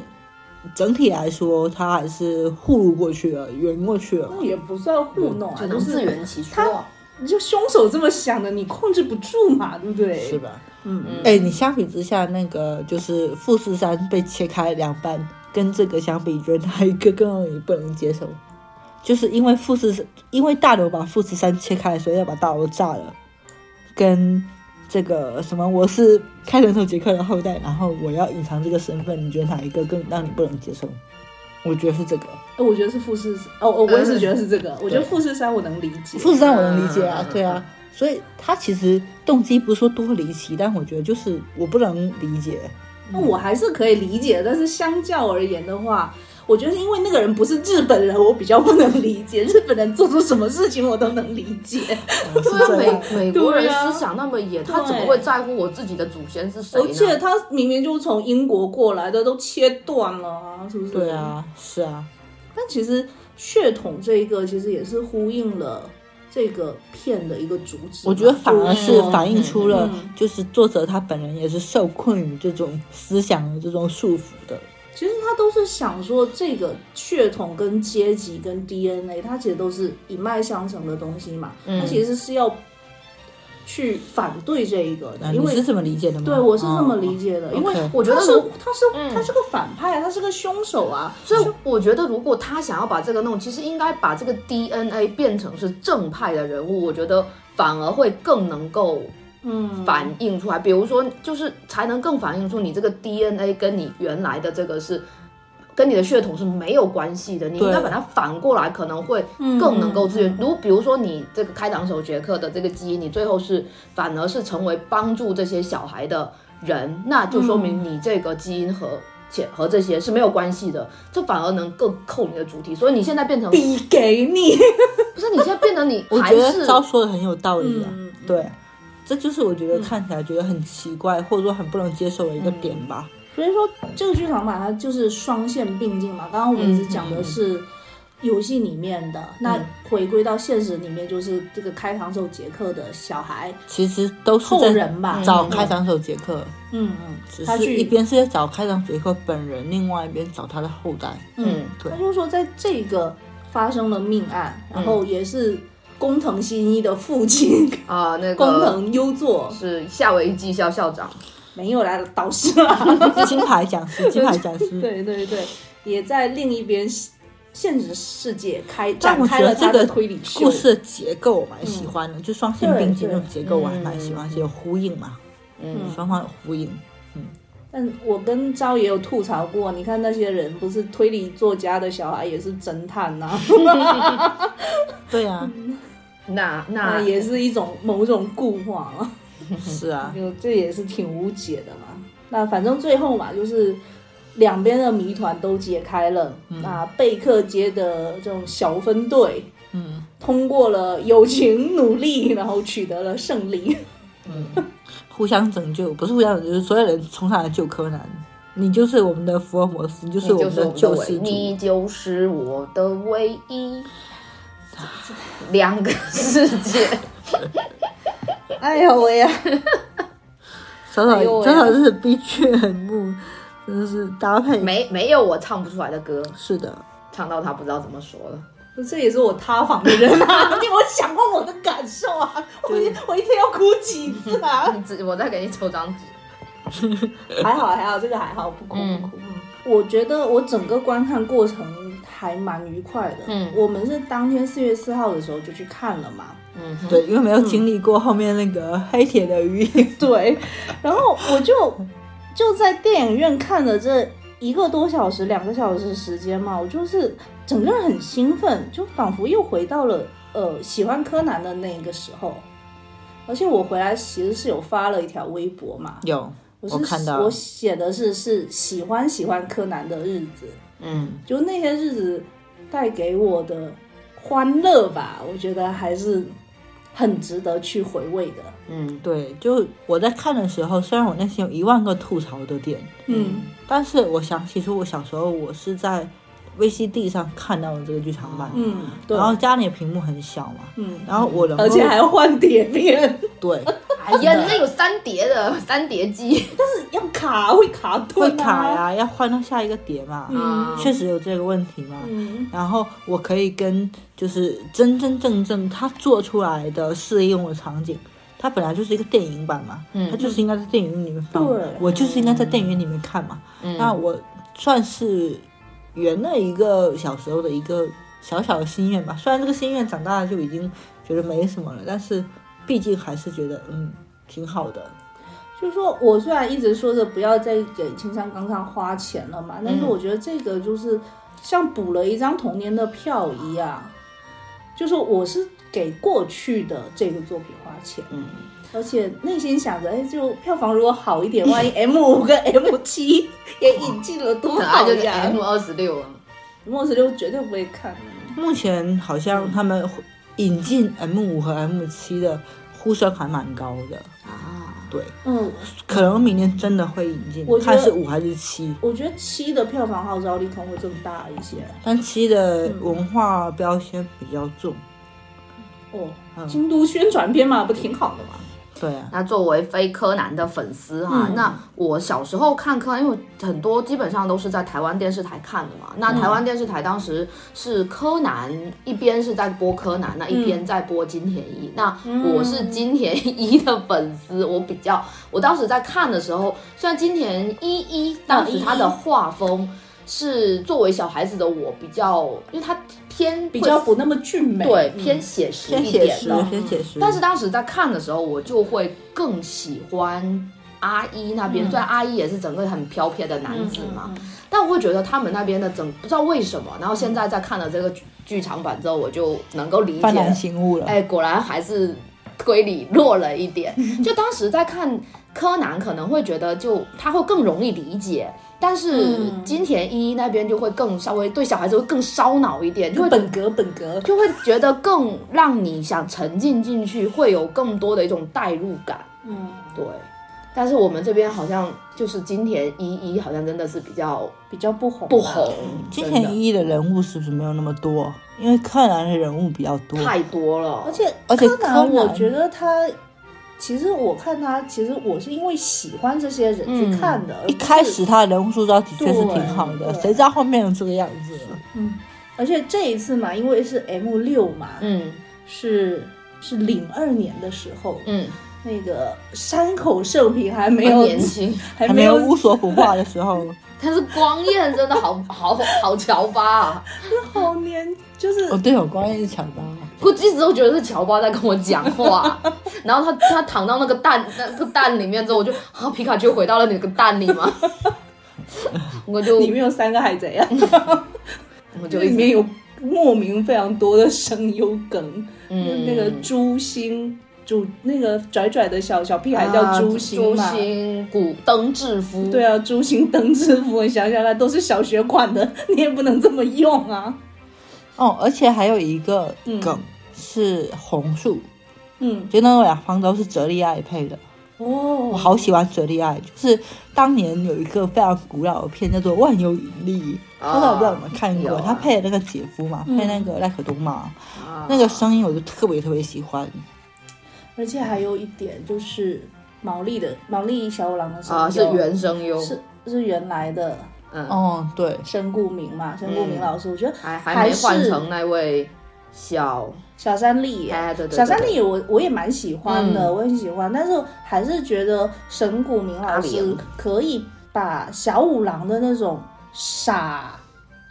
整体来说，他还是糊弄过去了，圆过去了。
那也不算糊弄啊，
就
就
能自
是
圆其说。
他就凶手这么想的，你控制不住嘛，对不对？
是吧？
嗯，
哎，你相比之下，那个就是富士山被切开两半，跟这个相比，你觉得哪一个更让你不能接受？就是因为富士山，因为大楼把富士山切开，所以要把大楼炸了，跟这个什么我是开膛手杰克的后代，然后我要隐藏这个身份，你觉得哪一个更让你不能接受？我觉得是这个。
哎我觉得是富士山，哦，哦我也是觉得是这个，我觉得富士山我能理解，
富士山我能理解啊
嗯，
对啊，所以他其实动机不是说多离奇，但我觉得就是我不能理解，
那我还是可以理解，但是相较而言的话，我觉得是因为那个人不是日本人，我比较不能理解。日本人做出什么事情我都能理 解，
呃是这
对
样
啊，。美美国人
对啊
思想那么野，他
对
怎么会在乎我自己的祖先是谁
而且
呢？
他明明就是从英国过来的，都切断了啊，是不是？
对。啊，是啊，
但其实血统这一个其实也是呼应了这个片的一个主旨嘛。
我觉得反而是
就是
反映出了
嗯，
就是作者他本人也是受困于这种思想的这种束缚的。
其实他都是想说，这个血统跟阶级跟 DNA，它其实都是一脉相承的东西嘛。
嗯
它其实是要去反对这一个
啊
的，因
你
为
是这哦么理解的吗？
对我是这么理
解。
解的，因为
OK
我觉得
他是
如
他是
嗯
他是个反派，他是个凶手啊，
所以我觉得，如果他想要把这个弄，其实应该把这个 DNA 变成是正派的人物，我觉得反而会更能够
嗯，
反映出来。比如说，就是才能更反映出你这个 DNA 跟你原来的这个是跟你的血统是没有关系的。你应该
对
把它反过来，可能会
嗯
更能够支援
嗯。
如比如说，你这个开膛手杰克的这个基因，你最后是反而是成为帮助这些小孩的人，那就说明你这个基因和。且和这些是没有关系的，这反而能更扣你的主题，所以你现在变成不
比给你，
是你现在变成你
我
还
觉得
是
招说的很有道理啊，
嗯，
对，这就是我觉得看起来觉得很奇怪，或者说很不能接受的一个点
嗯
吧。
所以说这个剧场版它就是双线并进嘛。刚刚我们只讲的是游戏里面的，那回归到现实里面就是这个开膛手杰克的小孩
其实都是
后
在
人吧，
找开膛手杰克，
嗯嗯
只，
他
是
去
一边是在找开膛手杰克本人，另外一边找他的后代。
嗯
对嗯
他就说在这个发生了命案，然后也是工藤新一的父 亲、
啊、那
工
个
藤优作
是夏威夷技校校长，
没有来导师啦，
金牌讲师，金牌讲 师。
对对对，也在另一边现实世界开
但
展
我觉
开
得
了
这
他
个
的推理秀
故事的结构我蛮喜欢的，就双线并
对
进
对
这种结构我还蛮喜欢，而且有呼应嘛，
嗯
双方有呼应。
但我跟昭也有吐槽过，你看那些人不是推理作家的小孩也是侦探呐、
对啊，
那那
那 也是一种某种固化啊。
是啊，
就这也是挺无解的嘛。那反正最后嘛，就是两边的谜团都解开了。那贝克街的这种小分队
嗯
通过了友情努力，然后取得了胜利。
嗯，互相拯救不是互相拯救，所有人冲上来救柯南。你就是我们的福尔摩斯，你就是
你
我
就
们
是
的
我
救
的唯
世
一，
主。
你就是我的唯一。两个世界，
哎呦喂呀！
小
哎呦
小
喂
小小是 B 卷目，真的是搭配。
没没有我唱不出来的歌，
是的，
唱到他不知道怎么说了。
这也是我塌房的人啊！ 你有没有想过我的感受啊？我一我一天要哭几次啊？
只我再给你抽张纸。
还好还好，这个还好，不哭
嗯
不哭。我觉得我整个观看过程还蛮愉快的。
嗯
我们是当天四月四号的时候就去看了嘛。
嗯哼，
对，因为没有经历过后面那个黑铁的鱼，
对，然后我就就在电影院看了这一个多小时、两个小时时间嘛，我就是整个人很兴奋，就仿佛又回到了呃喜欢柯南的那个时候。而且我回来其实是有发了一条微博嘛，
有
我是
我看到
我写的是是喜欢喜欢柯南的日子，
嗯，
就那些日子带给我的欢乐吧，我觉得还是很值得去回味的。
嗯
对，就我在看的时候，虽然我内心有一万个吐槽的点，
嗯
但是我想起说，我小时候我是在 VCD 上看到的这个剧场版，
嗯，对
然，后家里的屏幕很小嘛，
嗯，
然后我能够
而且还要换碟片，
对
哎呀，那有三叠的三叠机
要卡会卡
会
顿、啊
卡呀、要换到下一个碟嘛，
啊，
确实有这个问题嘛。
嗯
然后我可以跟就是真真正正他做出来的适用的场景，它本来就是一个电影版嘛，
嗯
它就是应该在电影院里面放，
对
我就是应该在电影院里面看嘛。
嗯
那我算是圆了一个小时候的一个小小的心愿吧。虽然这个心愿长大了就已经觉得没什么了，但是毕竟还是觉得嗯挺好的。
就是说我虽然一直说着不要再给青山刚昌花钱了嘛，
嗯
但是我觉得这个就是像补了一张童年的票一样，就是我是给过去的这个作品花钱，
嗯
而且内心想着，哎，就票房如果好一点，万一 M 五跟 M 七也引进了多
然后
好
就是
呀
M 二十六啊，
莫十六绝对不会看的，
目前好像他们引进 M 五和 M 七的呼声还蛮高的，
啊，
对，
嗯，
可能明年真的会引进
我，觉得
看是五还是七。
我觉得七的票房号召力可能会更大一些。
但七的
嗯
文化标签比较重，
哦，
嗯
京都宣传片嘛，不挺好的嘛？
对啊，
那作为非柯南的粉丝哈、那我小时候看柯南，因为我很多基本上都是在台湾电视台看的嘛。那台湾电视台当时是柯南，一边是在播柯南，那一边在播金田一。那我是金田一的粉丝，我比较，我当时在看的时候，虽然金田一一当时他的画风。是作为小孩子的我比较，因为他偏
比较不那么俊美。嗯
对，偏写实
先
一
写
点
实
的，，
先写实。
但是当时在看的时候，我就会更喜欢阿一那边，虽然阿一也是整个很飘撇的男子嘛，但我会觉得他们那边的整不知道为什么，然后现在在看了这个剧剧场版之后，我就能够理
幡然
解，
醒悟了，
哎，果然还是推理弱了一点。就当时在看柯南，可能会觉得就他会更容易理解。但是金田一那边就会更稍微对小孩子会更烧脑一点，就会
本格本格，
就会觉得更让你想沉浸进去，会有更多的一种代入感。
嗯，
对，但是我们这边好像就是金田一一，好像真的是比较
比较不红吧
不红。，
金
真
田
的
一的人物是不是没有那么多？因为柯南的人物比较多，
太多了，
而且
而且
柯
柯
南，
南
我觉得他其实我看他，其实我是因为喜欢这些人去看的，而
一
不是
开始他的人物塑造的确是挺好的，
对
谁知道后面有这个样子？
而且这一次嘛，因为是 M 六嘛，
嗯
是是零二年的时候，
嗯，
那个山口胜平还没
很
有
年轻，
还
还
没
没有
有
乌索普化的时候，
但是光彦真的好好好乔巴啊！
好年，就是
哦，对哦，光彦是抢答。
我一直都觉得是乔巴在跟我讲 话，然后他他躺到那个蛋那个蛋里面之后，我就啊皮卡丘回到了那个蛋里 吗？我就
里面有三个海贼啊，
我
就
就一
里
直
面有莫名非常多的声优梗，
嗯
那个朱星。主那个拽拽的小小屁孩
啊
叫朱星
朱
嘛，
星古登志夫，
对啊，朱星灯之符，你想想看，都是小学款的， 你也不能这么用啊。
哦，而且还有一个
嗯
梗、是红树，
嗯，
就那两方都是哲利爱配的。
哦
我好喜欢哲利爱，就是当年有一个非常古老的片叫做《万有引力》，
啊
不知道有没有你们看
有
过？
啊
他配的那个姐夫嘛，配那个赖可东嘛，
啊
那个声音我就特别特别喜欢。
而且还有一点就是毛利的毛利小五郎的声优
啊是原声优，
是是原来的
嗯，
哦，对，
深顾明嘛，深顾明
嗯
老师，我觉得
还还没
是
换成那位小，
小山丽耶。
哎对对，
小山
对
丽我我也蛮喜欢的，
嗯
我很喜欢，但是还是觉得神谷明老
阿
师
玲
可以把小五郎的那种傻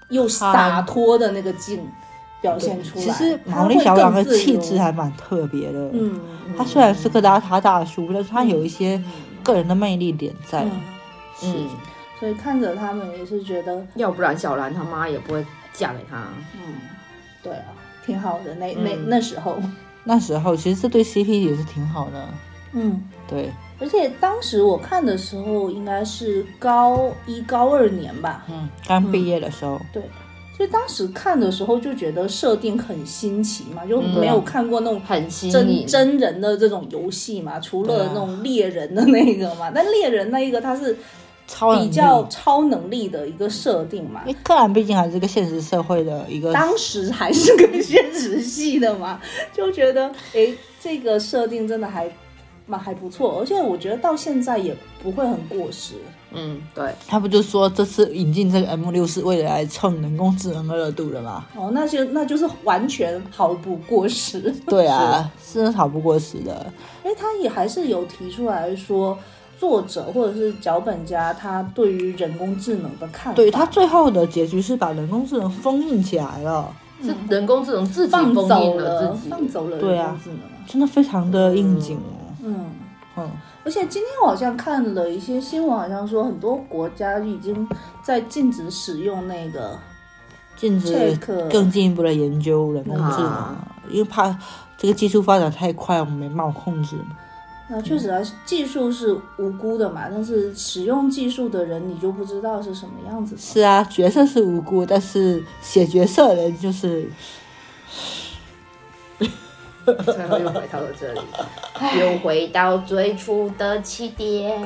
又洒
他
脱的那个劲表现出来。
其实
他
毛
会
利小五郎
更
的
自由
气质还蛮特别的。
嗯，
他虽然是个邋遢大叔，但是他有一些个人的魅力点在。
嗯
对嗯，
所以看着他们也是觉
嗯
得，
要不然小兰他妈也不会嫁给他，
嗯，对啊，挺好的。那那
嗯
那时候，
那时候其实这对 CP 也是挺好的。
嗯，
对，
而且当时我看的时候应该是高一高二年吧，
嗯，刚毕业的时候，
对。所以当时看的时候就觉得设定很新奇嘛，就
嗯
没有看过那种
很
啊
新
真
颖，
真人的这种游戏嘛，除了那种猎人的那个嘛，但猎人那一个它是
超能力
比较超能力的一个设定嘛
因，为柯南毕竟还是个现实社会的一个，
当时还是个现实系的嘛， 就觉得诶，这个设定真的还蛮还不错，而且我觉得到现在也不会很过时。
嗯，对，
他不就说这次引进这个 M 六是为了来蹭人工智能的热度的吗？
哦，那就那就是完全毫不过时，
对啊，是吵不过时的。
因为他也还是有提出来说，作者或者是脚本家他对于人工智能的看法，
对他最后的结局是把人工智能封印起来了，
是人工智能自己
嗯放
封
走
印了
了，
自己，
放走了
对
人
啊
工智能。
真的非常的应景哦。
嗯，
嗯，
而且今天我好像看了一些新闻，好像说很多国家已经在禁止使用那个
禁止
Check
更进一步的研究人工智能，
嗯
啊
因为怕这个技术发展太快，我们没办法控制。
那确实啊，技术是无辜的嘛，但是使用技术的人，你就不知道是什么样子的。
是啊，角色是无辜，但是写角色的人就是
最后又回到了这里，又回到最初的起点。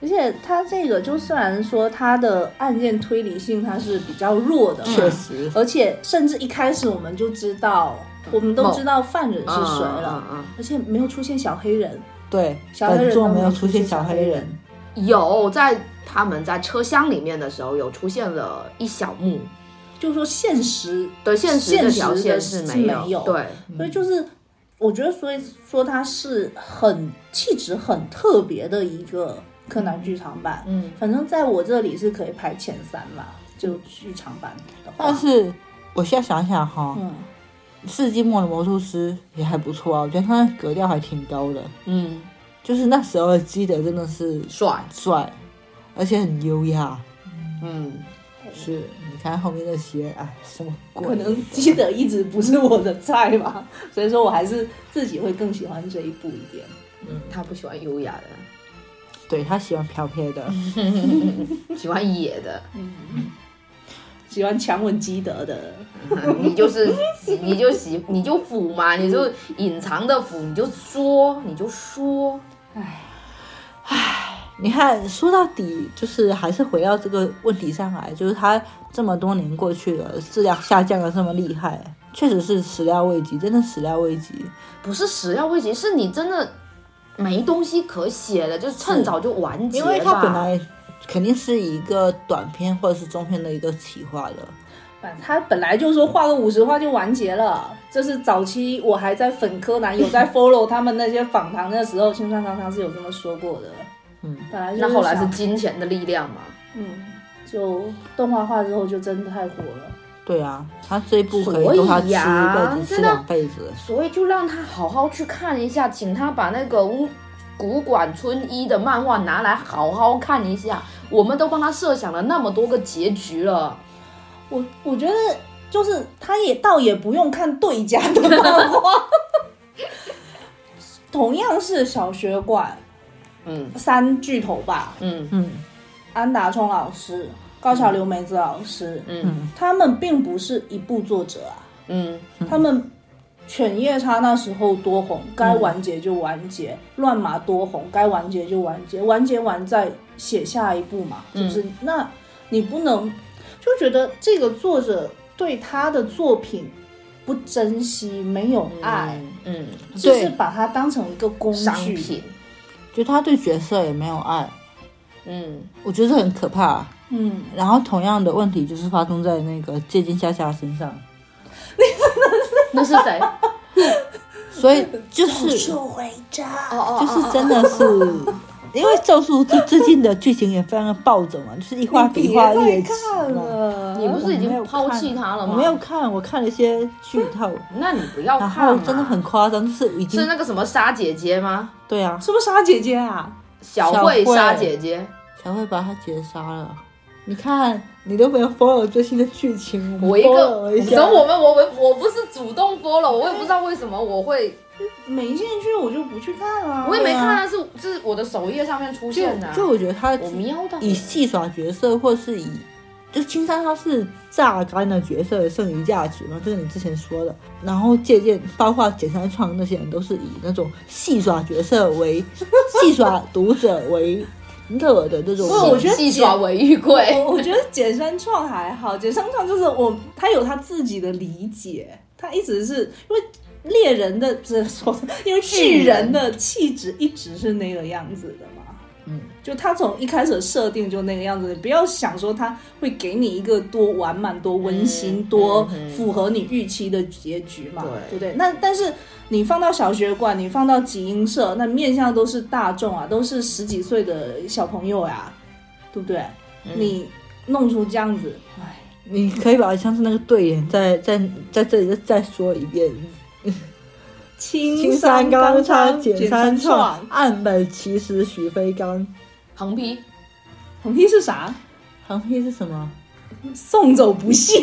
而且它这个就虽然说它的案件推理性它是比较弱的嘛，
确实，
而且甚至一开始我们就知道我们都知道犯人是
嗯
谁了，
嗯嗯
而且没有出现小黑人，
对，
小黑人
本作
都
没有
没
出
出
现
现
小
小
黑
黑
人
人，
嗯有在他们在车厢里面的时候有出现了一小幕，
就是说现实，
对，现实这条线
现
是
实的
没有，
是没有
对，
所以就是我觉得，所以说他是很气质很特别的一个柯南剧场版，
嗯，
反正在我这里是可以排前三啦，就剧场版的
但
哦
话，
是我现在想想哈，
嗯，
世纪末的魔术师也还不错啊，我觉得他的格调还挺高的。
嗯，
就是那时候的基德真的是
帅，
帅，而且很优雅。
嗯，
是，你看后面那些，哎，什么鬼？
可能基德一直不是我的菜吧， 所以说我还是自己会更喜欢这一部一点。
他不喜欢优雅的，
对他喜欢飘飘的。
喜欢野的，
喜欢强吻基德的，
你就是你就喜你就腐嘛，你就隐藏的腐，你就说你就说，
你看，说到底就是还是回到这个问题上来，就是他这么多年过去了，质量下降的这么厉害，确实是始料未及，真的始料未及。
不是始料未及，是你真的没东西可写了，就趁早就完结
因
吧。
为他本来肯定是一个短片或者是中片的一个企划的，
反他本来就说画个五十画就完结了。这是早期我还在粉柯南，有在 follow 他们那些访谈的时候，青山常常是有这么说过的。
嗯，
本来就
那后来是
想
金钱的力量嘛，
嗯，就动画化之后就真的太火了。
对啊，他这一部可
所
以
以
逗他吃一
呀
辈子，吃
真的
两辈子。
所以就让他好好去看一下，请他把那个屋古馆春一的漫画拿来好好看一下。我们都帮他设想了那么多个结局了，
我我觉得就是他也倒也不用看对家的漫画， 同样是小学馆
嗯
三巨头吧，
嗯
嗯
安达充老师、高桥留美子老师，
嗯
他们并不是一部作者啊，
嗯
他们犬夜叉那时候多红，该完结就完
嗯
结；乱麻多红，该完结就完结，完结完再写下一部嘛，
嗯
就是、那你不能就觉得这个作者对他的作品不珍惜，没有爱，
嗯，
就
对
是把它当成一个工
商
具。
品，
就他对角色也没有爱，
嗯
我觉得这很可怕。
嗯，
然后同样的问题就是发生在那个借鉴夏夏身上，
那是 谁？
所以 就是
就回家。
哦哦，
就是真的是，因为《咒术》最最近的剧情也非常的暴走嘛，就是一画比一
别
画
再
猎奇
看
嘛。
了，
你不是已
我没
经
有
抛
看
弃他了
我
吗？
没有，看，我看了一些剧透，
那你不要
然
看
后
嘛
真的很夸张，就是已
是
经
那个什么沙姐姐吗？
对啊，
是不是莎姐姐啊？
小
小
慧
慧
沙姐姐，
才会把他截杀了。你看，你都没有 follow 最新的剧情，
我一
follow
个，
一
你
下
说我们我们我不是主动 follow，我也不知道为什么我会，
没兴趣我就不去看了。
我也没看啊，是是我的首页上面出现的啊，
就就我觉得他
我瞄到
以戏耍角色，或是以就青山他是榨干了角色的剩余价值嘛，就是你之前说的。然后借鉴，包括简山创那些人，都是以那种戏耍角色为戏耍读者为乐 的这种
不。我觉得
戏耍为玉 贵，
我我觉得简山创还好，简山创就是我他有他自己的理解，他一直是因为猎人的不是说，因为巨人的气质一直是那个样子的嘛。
嗯，
就他从一开始设定就那个样子，你不要想说他会给你一个多完满、多温馨、
嗯
多
嗯嗯
符合你预期的结局嘛，
对
对不对？那但是你放到小学馆，你放到集英社，那面向都是大众啊，都是十几岁的小朋友呀、对不对？你弄出这样子，哎，
你可以把它像是那个对联，在在在这里再再说一遍。
青
青山刚昌，
简
简山创
创，，
岸本齐实，许飞刚。
横批，
横批是啥？
横批是什么？
送走不屑。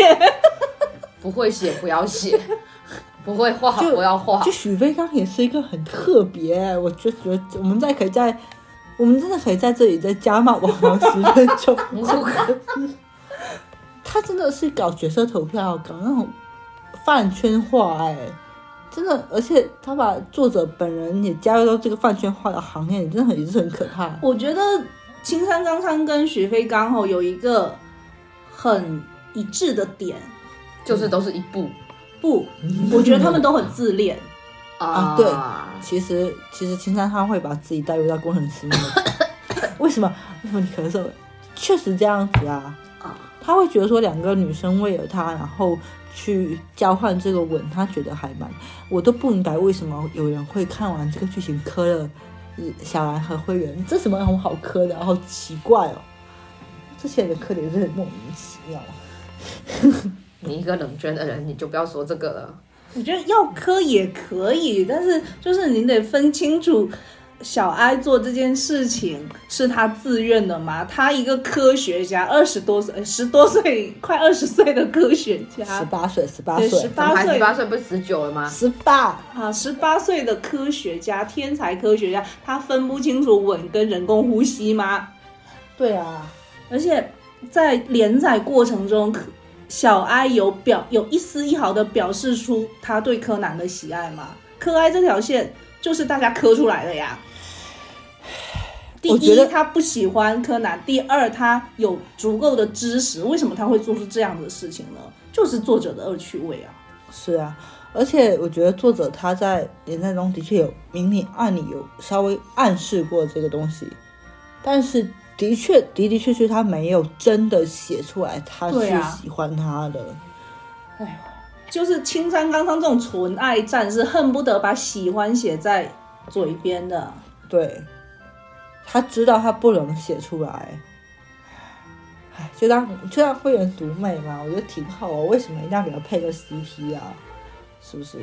不会写不要 写，不会画
就
不要画
就，许飞刚也是一个很特别，我就觉得我们再可以在，我们真的可以在这里再加码网红十分钟。 他真的是搞角色投票，搞那种饭圈化、哎，真的，而且他把作者本人也加入到这个饭圈化的行列，真的很也是很可怕。
我觉得青山刚昌跟许飞刚吼有一个很一致的点，
就是都是一部，
不，我觉得他们都很自恋。
啊对其实其实青山他会把自己带入到工程师那个为什么？为什么你咳嗽？确实这样子啊。
啊，
他会觉得说两个女生为了他，然后去交换这个吻，他觉得还蛮……我都不明白为什么有人会看完这个剧情磕了呃小兰和灰原，这什么很好磕的，好奇怪哦。这些人的磕点真的莫名其妙。
你一个冷圈的人，你就不要说这个了。
我觉得要磕也可以，但是就是你得分清楚，小哀做这件事情是他自愿的吗？他一个科学家，二十多岁、呃十多岁、快二十岁的科学
十
家
八岁，十八
啊对
岁，
18
还
岁
十八岁不是十九了吗？
十八，
啊，十八岁的科学家，天才科学家，他分不清楚吻跟人工呼吸吗？
对啊，
而且在连载过程中，柯小哀有表有一丝一毫的表示出他对柯南的喜爱嘛？柯哀这条线就是大家磕出来的 呀。第
我觉
一，
得
他不喜欢柯南；第二，他有足够的知识，为什么他会做出这样的事情呢？就是作者的恶趣味啊！
是啊。而且我觉得作者他在连载中的确有明里暗里有稍微暗示过这个东西，但是的确的的确确他没有真的写出来他
对
是
啊
喜欢他的，
就是青山刚昌这种纯爱战士，恨不得把喜欢写在嘴边的。
对，他知道他不能写出来，唉，就让就让会员独美嘛，我觉得挺好哦。为什么一定要给他配个 CP 啊？是不是？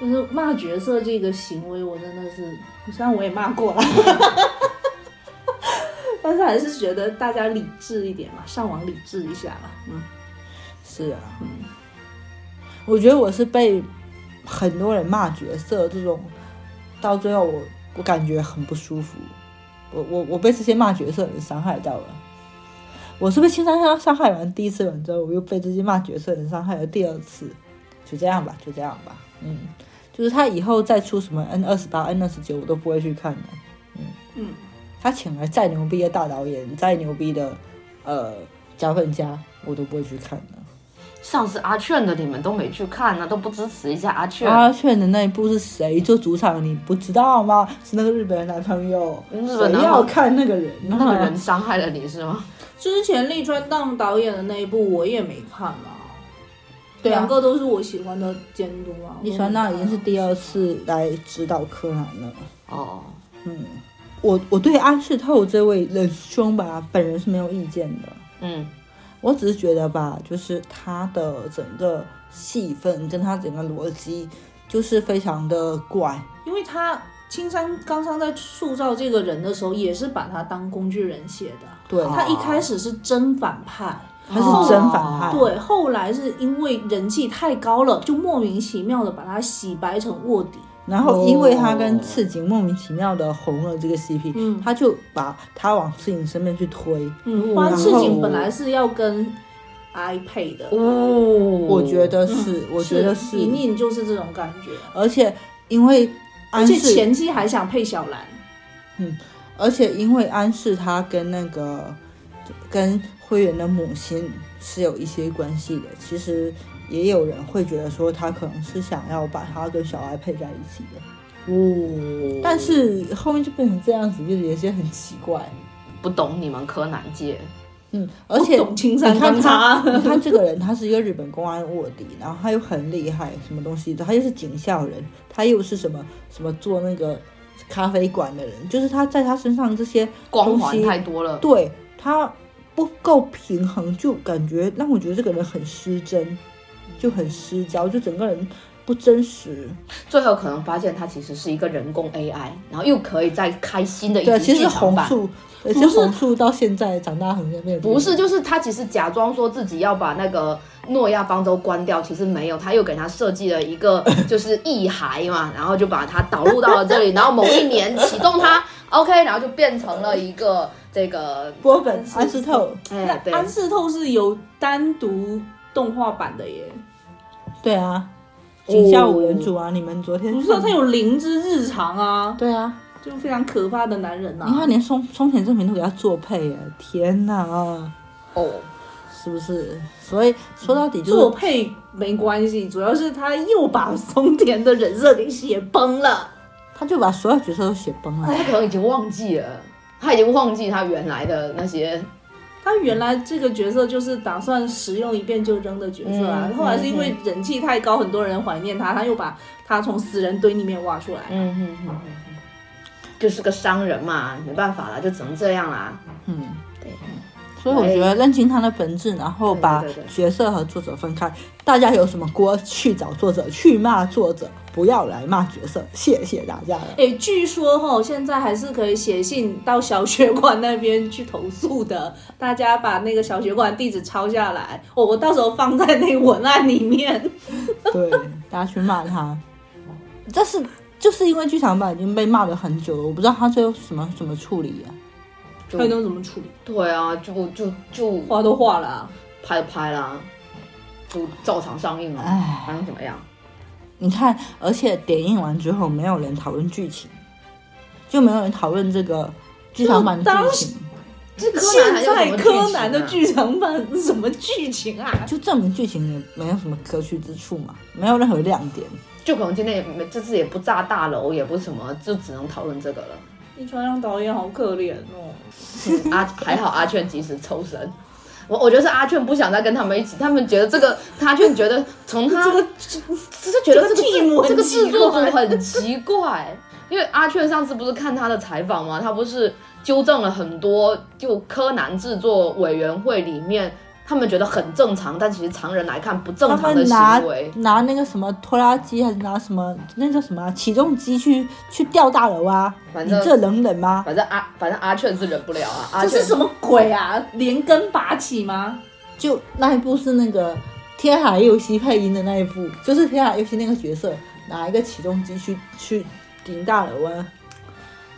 就是骂角色这个行为，我真的是，虽然我也骂过了， 但是还是觉得大家理智一点嘛，上网理智一下嘛。嗯，
是啊，我觉得我是被很多人骂角色这种，到最后我我感觉很不舒服，我我我被这些骂角色的人伤害到了。我是被青山伤伤害完第一次完之后，我又被这些骂角色的人伤害了第二次，就这样吧，就这样吧，嗯，就是他以后再出什么 N 二十八、N 二十九，我都不会去看的。
嗯，
他请来再牛逼的大导演，再牛逼的呃脚本家，我都不会去看的。
上次阿劝的你们都没去看呢，都不支持一下阿劝。
阿劝的那一部是谁做主场，你不知道吗？是那个日本人男朋友，
日本
谁
男
要
朋友
看那个人、啊？
那个人伤害了你是吗？
之前利川荡导演的那一部我也没看啊，
对啊
两个都是我喜欢的监督啊。
利川那已经是第
二，
二次来指导柯南了。
哦，
嗯，我我对安室透这位仁兄吧，本人是没有意见的。
嗯，
我只是觉得吧，就是他的整个戏份跟他整个逻辑，就是非常的怪。
因为他青山刚昌在塑造这个人的时候，也是把他当工具人写的。
对，
哦
他一开始是真反派，
他是真反派。
哦
对，后来是因为人气太高了，就莫名其妙的把他洗白成卧底。
然后因为他
哦
跟赤井莫名其妙的红了这个 CP，、
嗯
他就把他往赤井身边去推。
嗯，
然
花
后
赤井本来是要跟 I 配的，
哦，
我
我
觉得
嗯
是，我觉得是，
隐隐就是这种感觉。
而且因为
而
安
且
室，
前期还想配小兰，
而且因为安室他跟那个跟灰原的母亲是有一些关系的。其实也有人会觉得说他可能是想要把他跟小爱配在一起的，
哦，
但是后面就变成这样子，就有些很奇怪。
不懂你们柯南界，
嗯，而且
不懂青
你
山
看
刚
他，
昌
你看这个人，他是一个日本公安卧底，然后他又很厉害，什么东西的，他又是警校人，他又是什么什么做那个咖啡馆的人，就是他在他身上这些
光
东
环
西，
太多了。
对他不够平衡，就感觉让我觉得这个人很失真，就很失焦，就整个人不真实。
最后可能发现它其实是一个人工 AI，然后又可以再开新的一
对，
集
其
剧
实
场
红
版。
树，而且红树到现在长大很像变
不是，就是他其实假装说自己要把那个诺亚方舟关掉，其实没有，他又给他设计了一个 就是异骸嘛，然后就把它导入到了 这里，然后某一年启动它，OK，然后就变成了一个这个，
波本安室透，
哎、对
那，安室透是有单独动画版的耶，
对啊。警校五
哦
人组啊！你们昨天
哦不是啊
看
他有灵之日常啊，
对啊，
就非常可怕的男人呐、啊
你看连松松田正平都给他做配耶，天哪！
哦，
啊是不是？所以说到底
做
就是
配没关系，主要是他又把松田的人设给写崩了。
他就把所有角色都写崩了。
他可能已经忘记了，他已经忘记他原来的那些
他原来这个角色就是打算使用一遍就扔的角色啊，
嗯
后来是因为人气太高，很多人怀念他，他又把他从死人堆里面挖出来。
嗯哼哼哼，就是个商人嘛，没办法啦，就只能这样啦。
嗯，
对，哎
所以我觉得认清它的本质，然后把
对对对对
角色和作者分开。大家有什么锅去找作者，去骂作者，不要来骂角色。谢谢大家了。
哎，据说哈，现在还是可以写信到小学馆那边去投诉的。大家把那个小学馆地址抄下来，我、我到时候放在那个文案里面。
对，大家去骂他。但是就是因为剧场版已经被骂了很久了，我不知道他最后什么怎么处理啊。
就
还有那种怎么处理？
对啊，就就就
画都画了啊、
拍拍啦，就照常上映了，
唉
还能怎么样？
你看，而且点映完之后，没有人讨论剧情，就没有人讨论这个剧场版的
就当
剧
时
情。
这柯南还有什
现在
么
啊柯南的
剧啊
剧场版是什么剧情啊？
就证明剧情也没有什么可取之处嘛，没有任何亮点。
情啊就可能今天也没这次也不炸大楼，也不什么，就只能讨论这个了。
一川让导演好可怜哦。
阿还好阿劝及时抽身。我我觉得是阿劝不想再跟他们一起，他们觉得这个阿劝觉得从
啊
他只是觉得这个
这个
制
team 很
这个制作
奇怪
组很奇怪，因为阿劝上次不是看他的采访吗？他不是纠正了很多就柯南制作委员会里面他们觉得很正常，但其实常人来看不正
他
常
们
的
拿
行为。
拿那个什么拖拉机，还是拿什么那叫什么啊起重机去去吊大楼啊？
反
你
正
这能忍吗？
反正阿反正阿劝是忍不了啊，阿
这
劝
是什么鬼啊？连根拔起吗？
就那一部是那个天海佑希配音的那一部，就是天海佑希那个角色拿一个起重机去去顶大楼啊。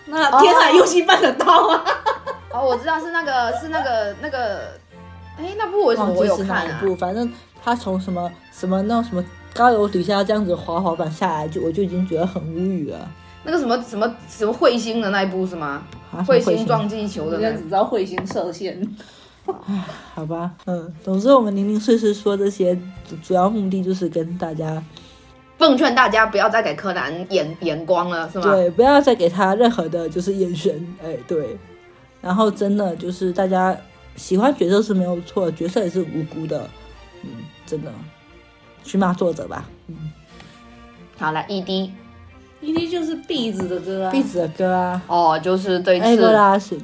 那天海佑希办得到 啊？
哦，我知道是那个是那个那个，哎，那部为什么
忘
我
记
有
是哪
看
一
啊？
部，反正他从什么什么那种什么高楼底下这样子滑滑板下来，就我就已经觉得很无语了。
那个什么什么什么彗星的那一部是吗？
啊
彗
什么
星撞击球的
我
那
现在只知道彗星射线。
好吧，嗯，总之我们零零碎碎说这些，主主要目的就是跟大家
奉劝大家不要再给柯南眼眼光了，是吗？
对，不要再给他任何的就是眼神，哎，对。然后真的就是大家喜欢角色是没有错，角色也是无辜的，嗯，真的，去骂作者吧。
好了，ED
E D 就是壁纸的歌啊，
壁纸的歌啊，
哦，就是这一
艾格
次
拉斯，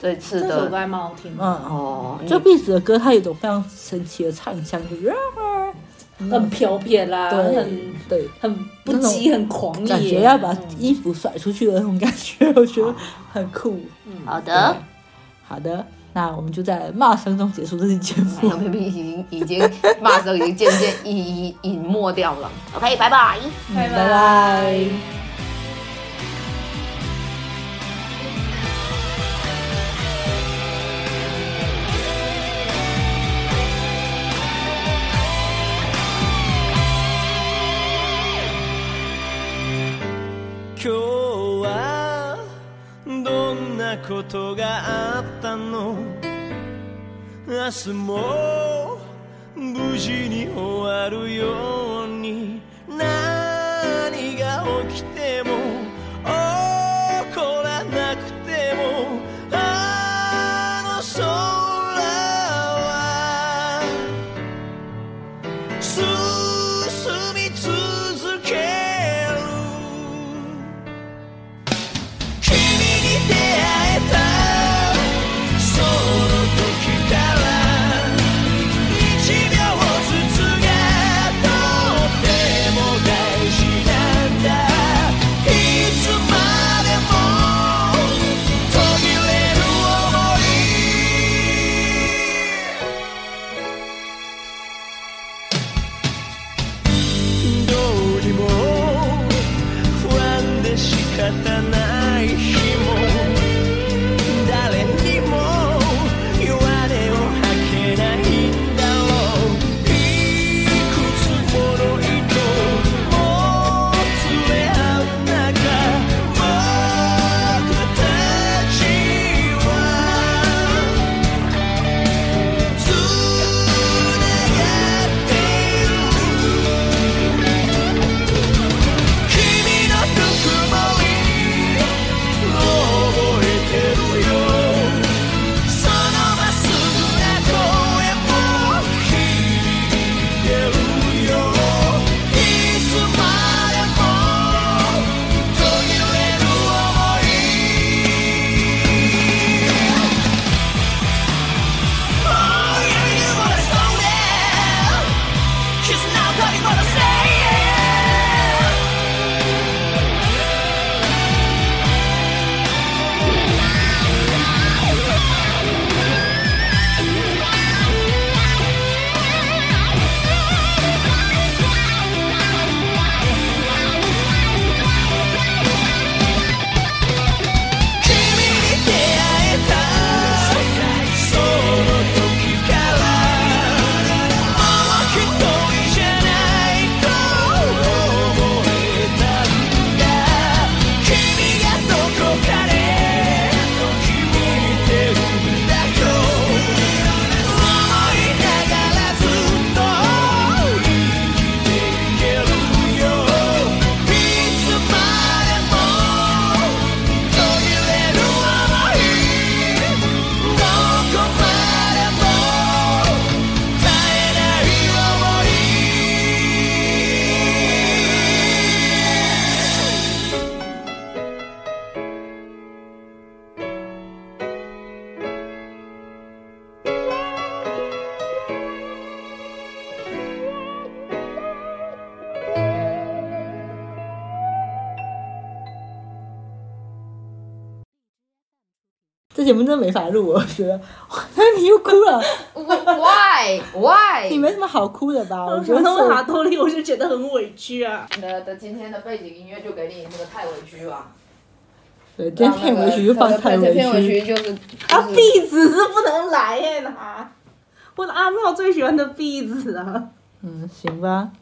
这次
这首歌
的
还蛮好听的，
嗯，
哦，
这
你
壁纸的歌它有一种非常神奇的唱腔，就是啊
很飘撇啦，
对
很
对，
很不羁，很狂野，
感觉要把衣服甩出去的那种感觉，我觉得很酷。
好的，
好的，那我们就在骂声中结束这期节目。
小 PP 嗯已经已经骂声已经渐渐隐隐隐没掉了。OK，拜拜。
拜
拜拜
今日はどんなことがあったの明日も無事に終わるように何が起きても起こらなくてもあの空は進み続ける君に出会えたその時から一秒ずつがとっても大事なんだいつまでも途切れる想いどうにも不安で仕方ない日も誰にも弱音を吐けないんだろういくつもの糸を連れ合う中僕たちはずっと
这节目真的没法录，我觉得。那你又哭了，
Why
哎
Why？
你没什么好哭的吧？我觉
我
得
到
受
哈多利，我就觉得很委屈啊。
的的今天的背景音乐就给你那个太委屈吧。
对，今天片尾曲就放太
对
委
片尾
屈，
曲就是
啊，壁纸是不能来耶、拿我的阿妙最喜欢的壁纸啊。
嗯，行吧。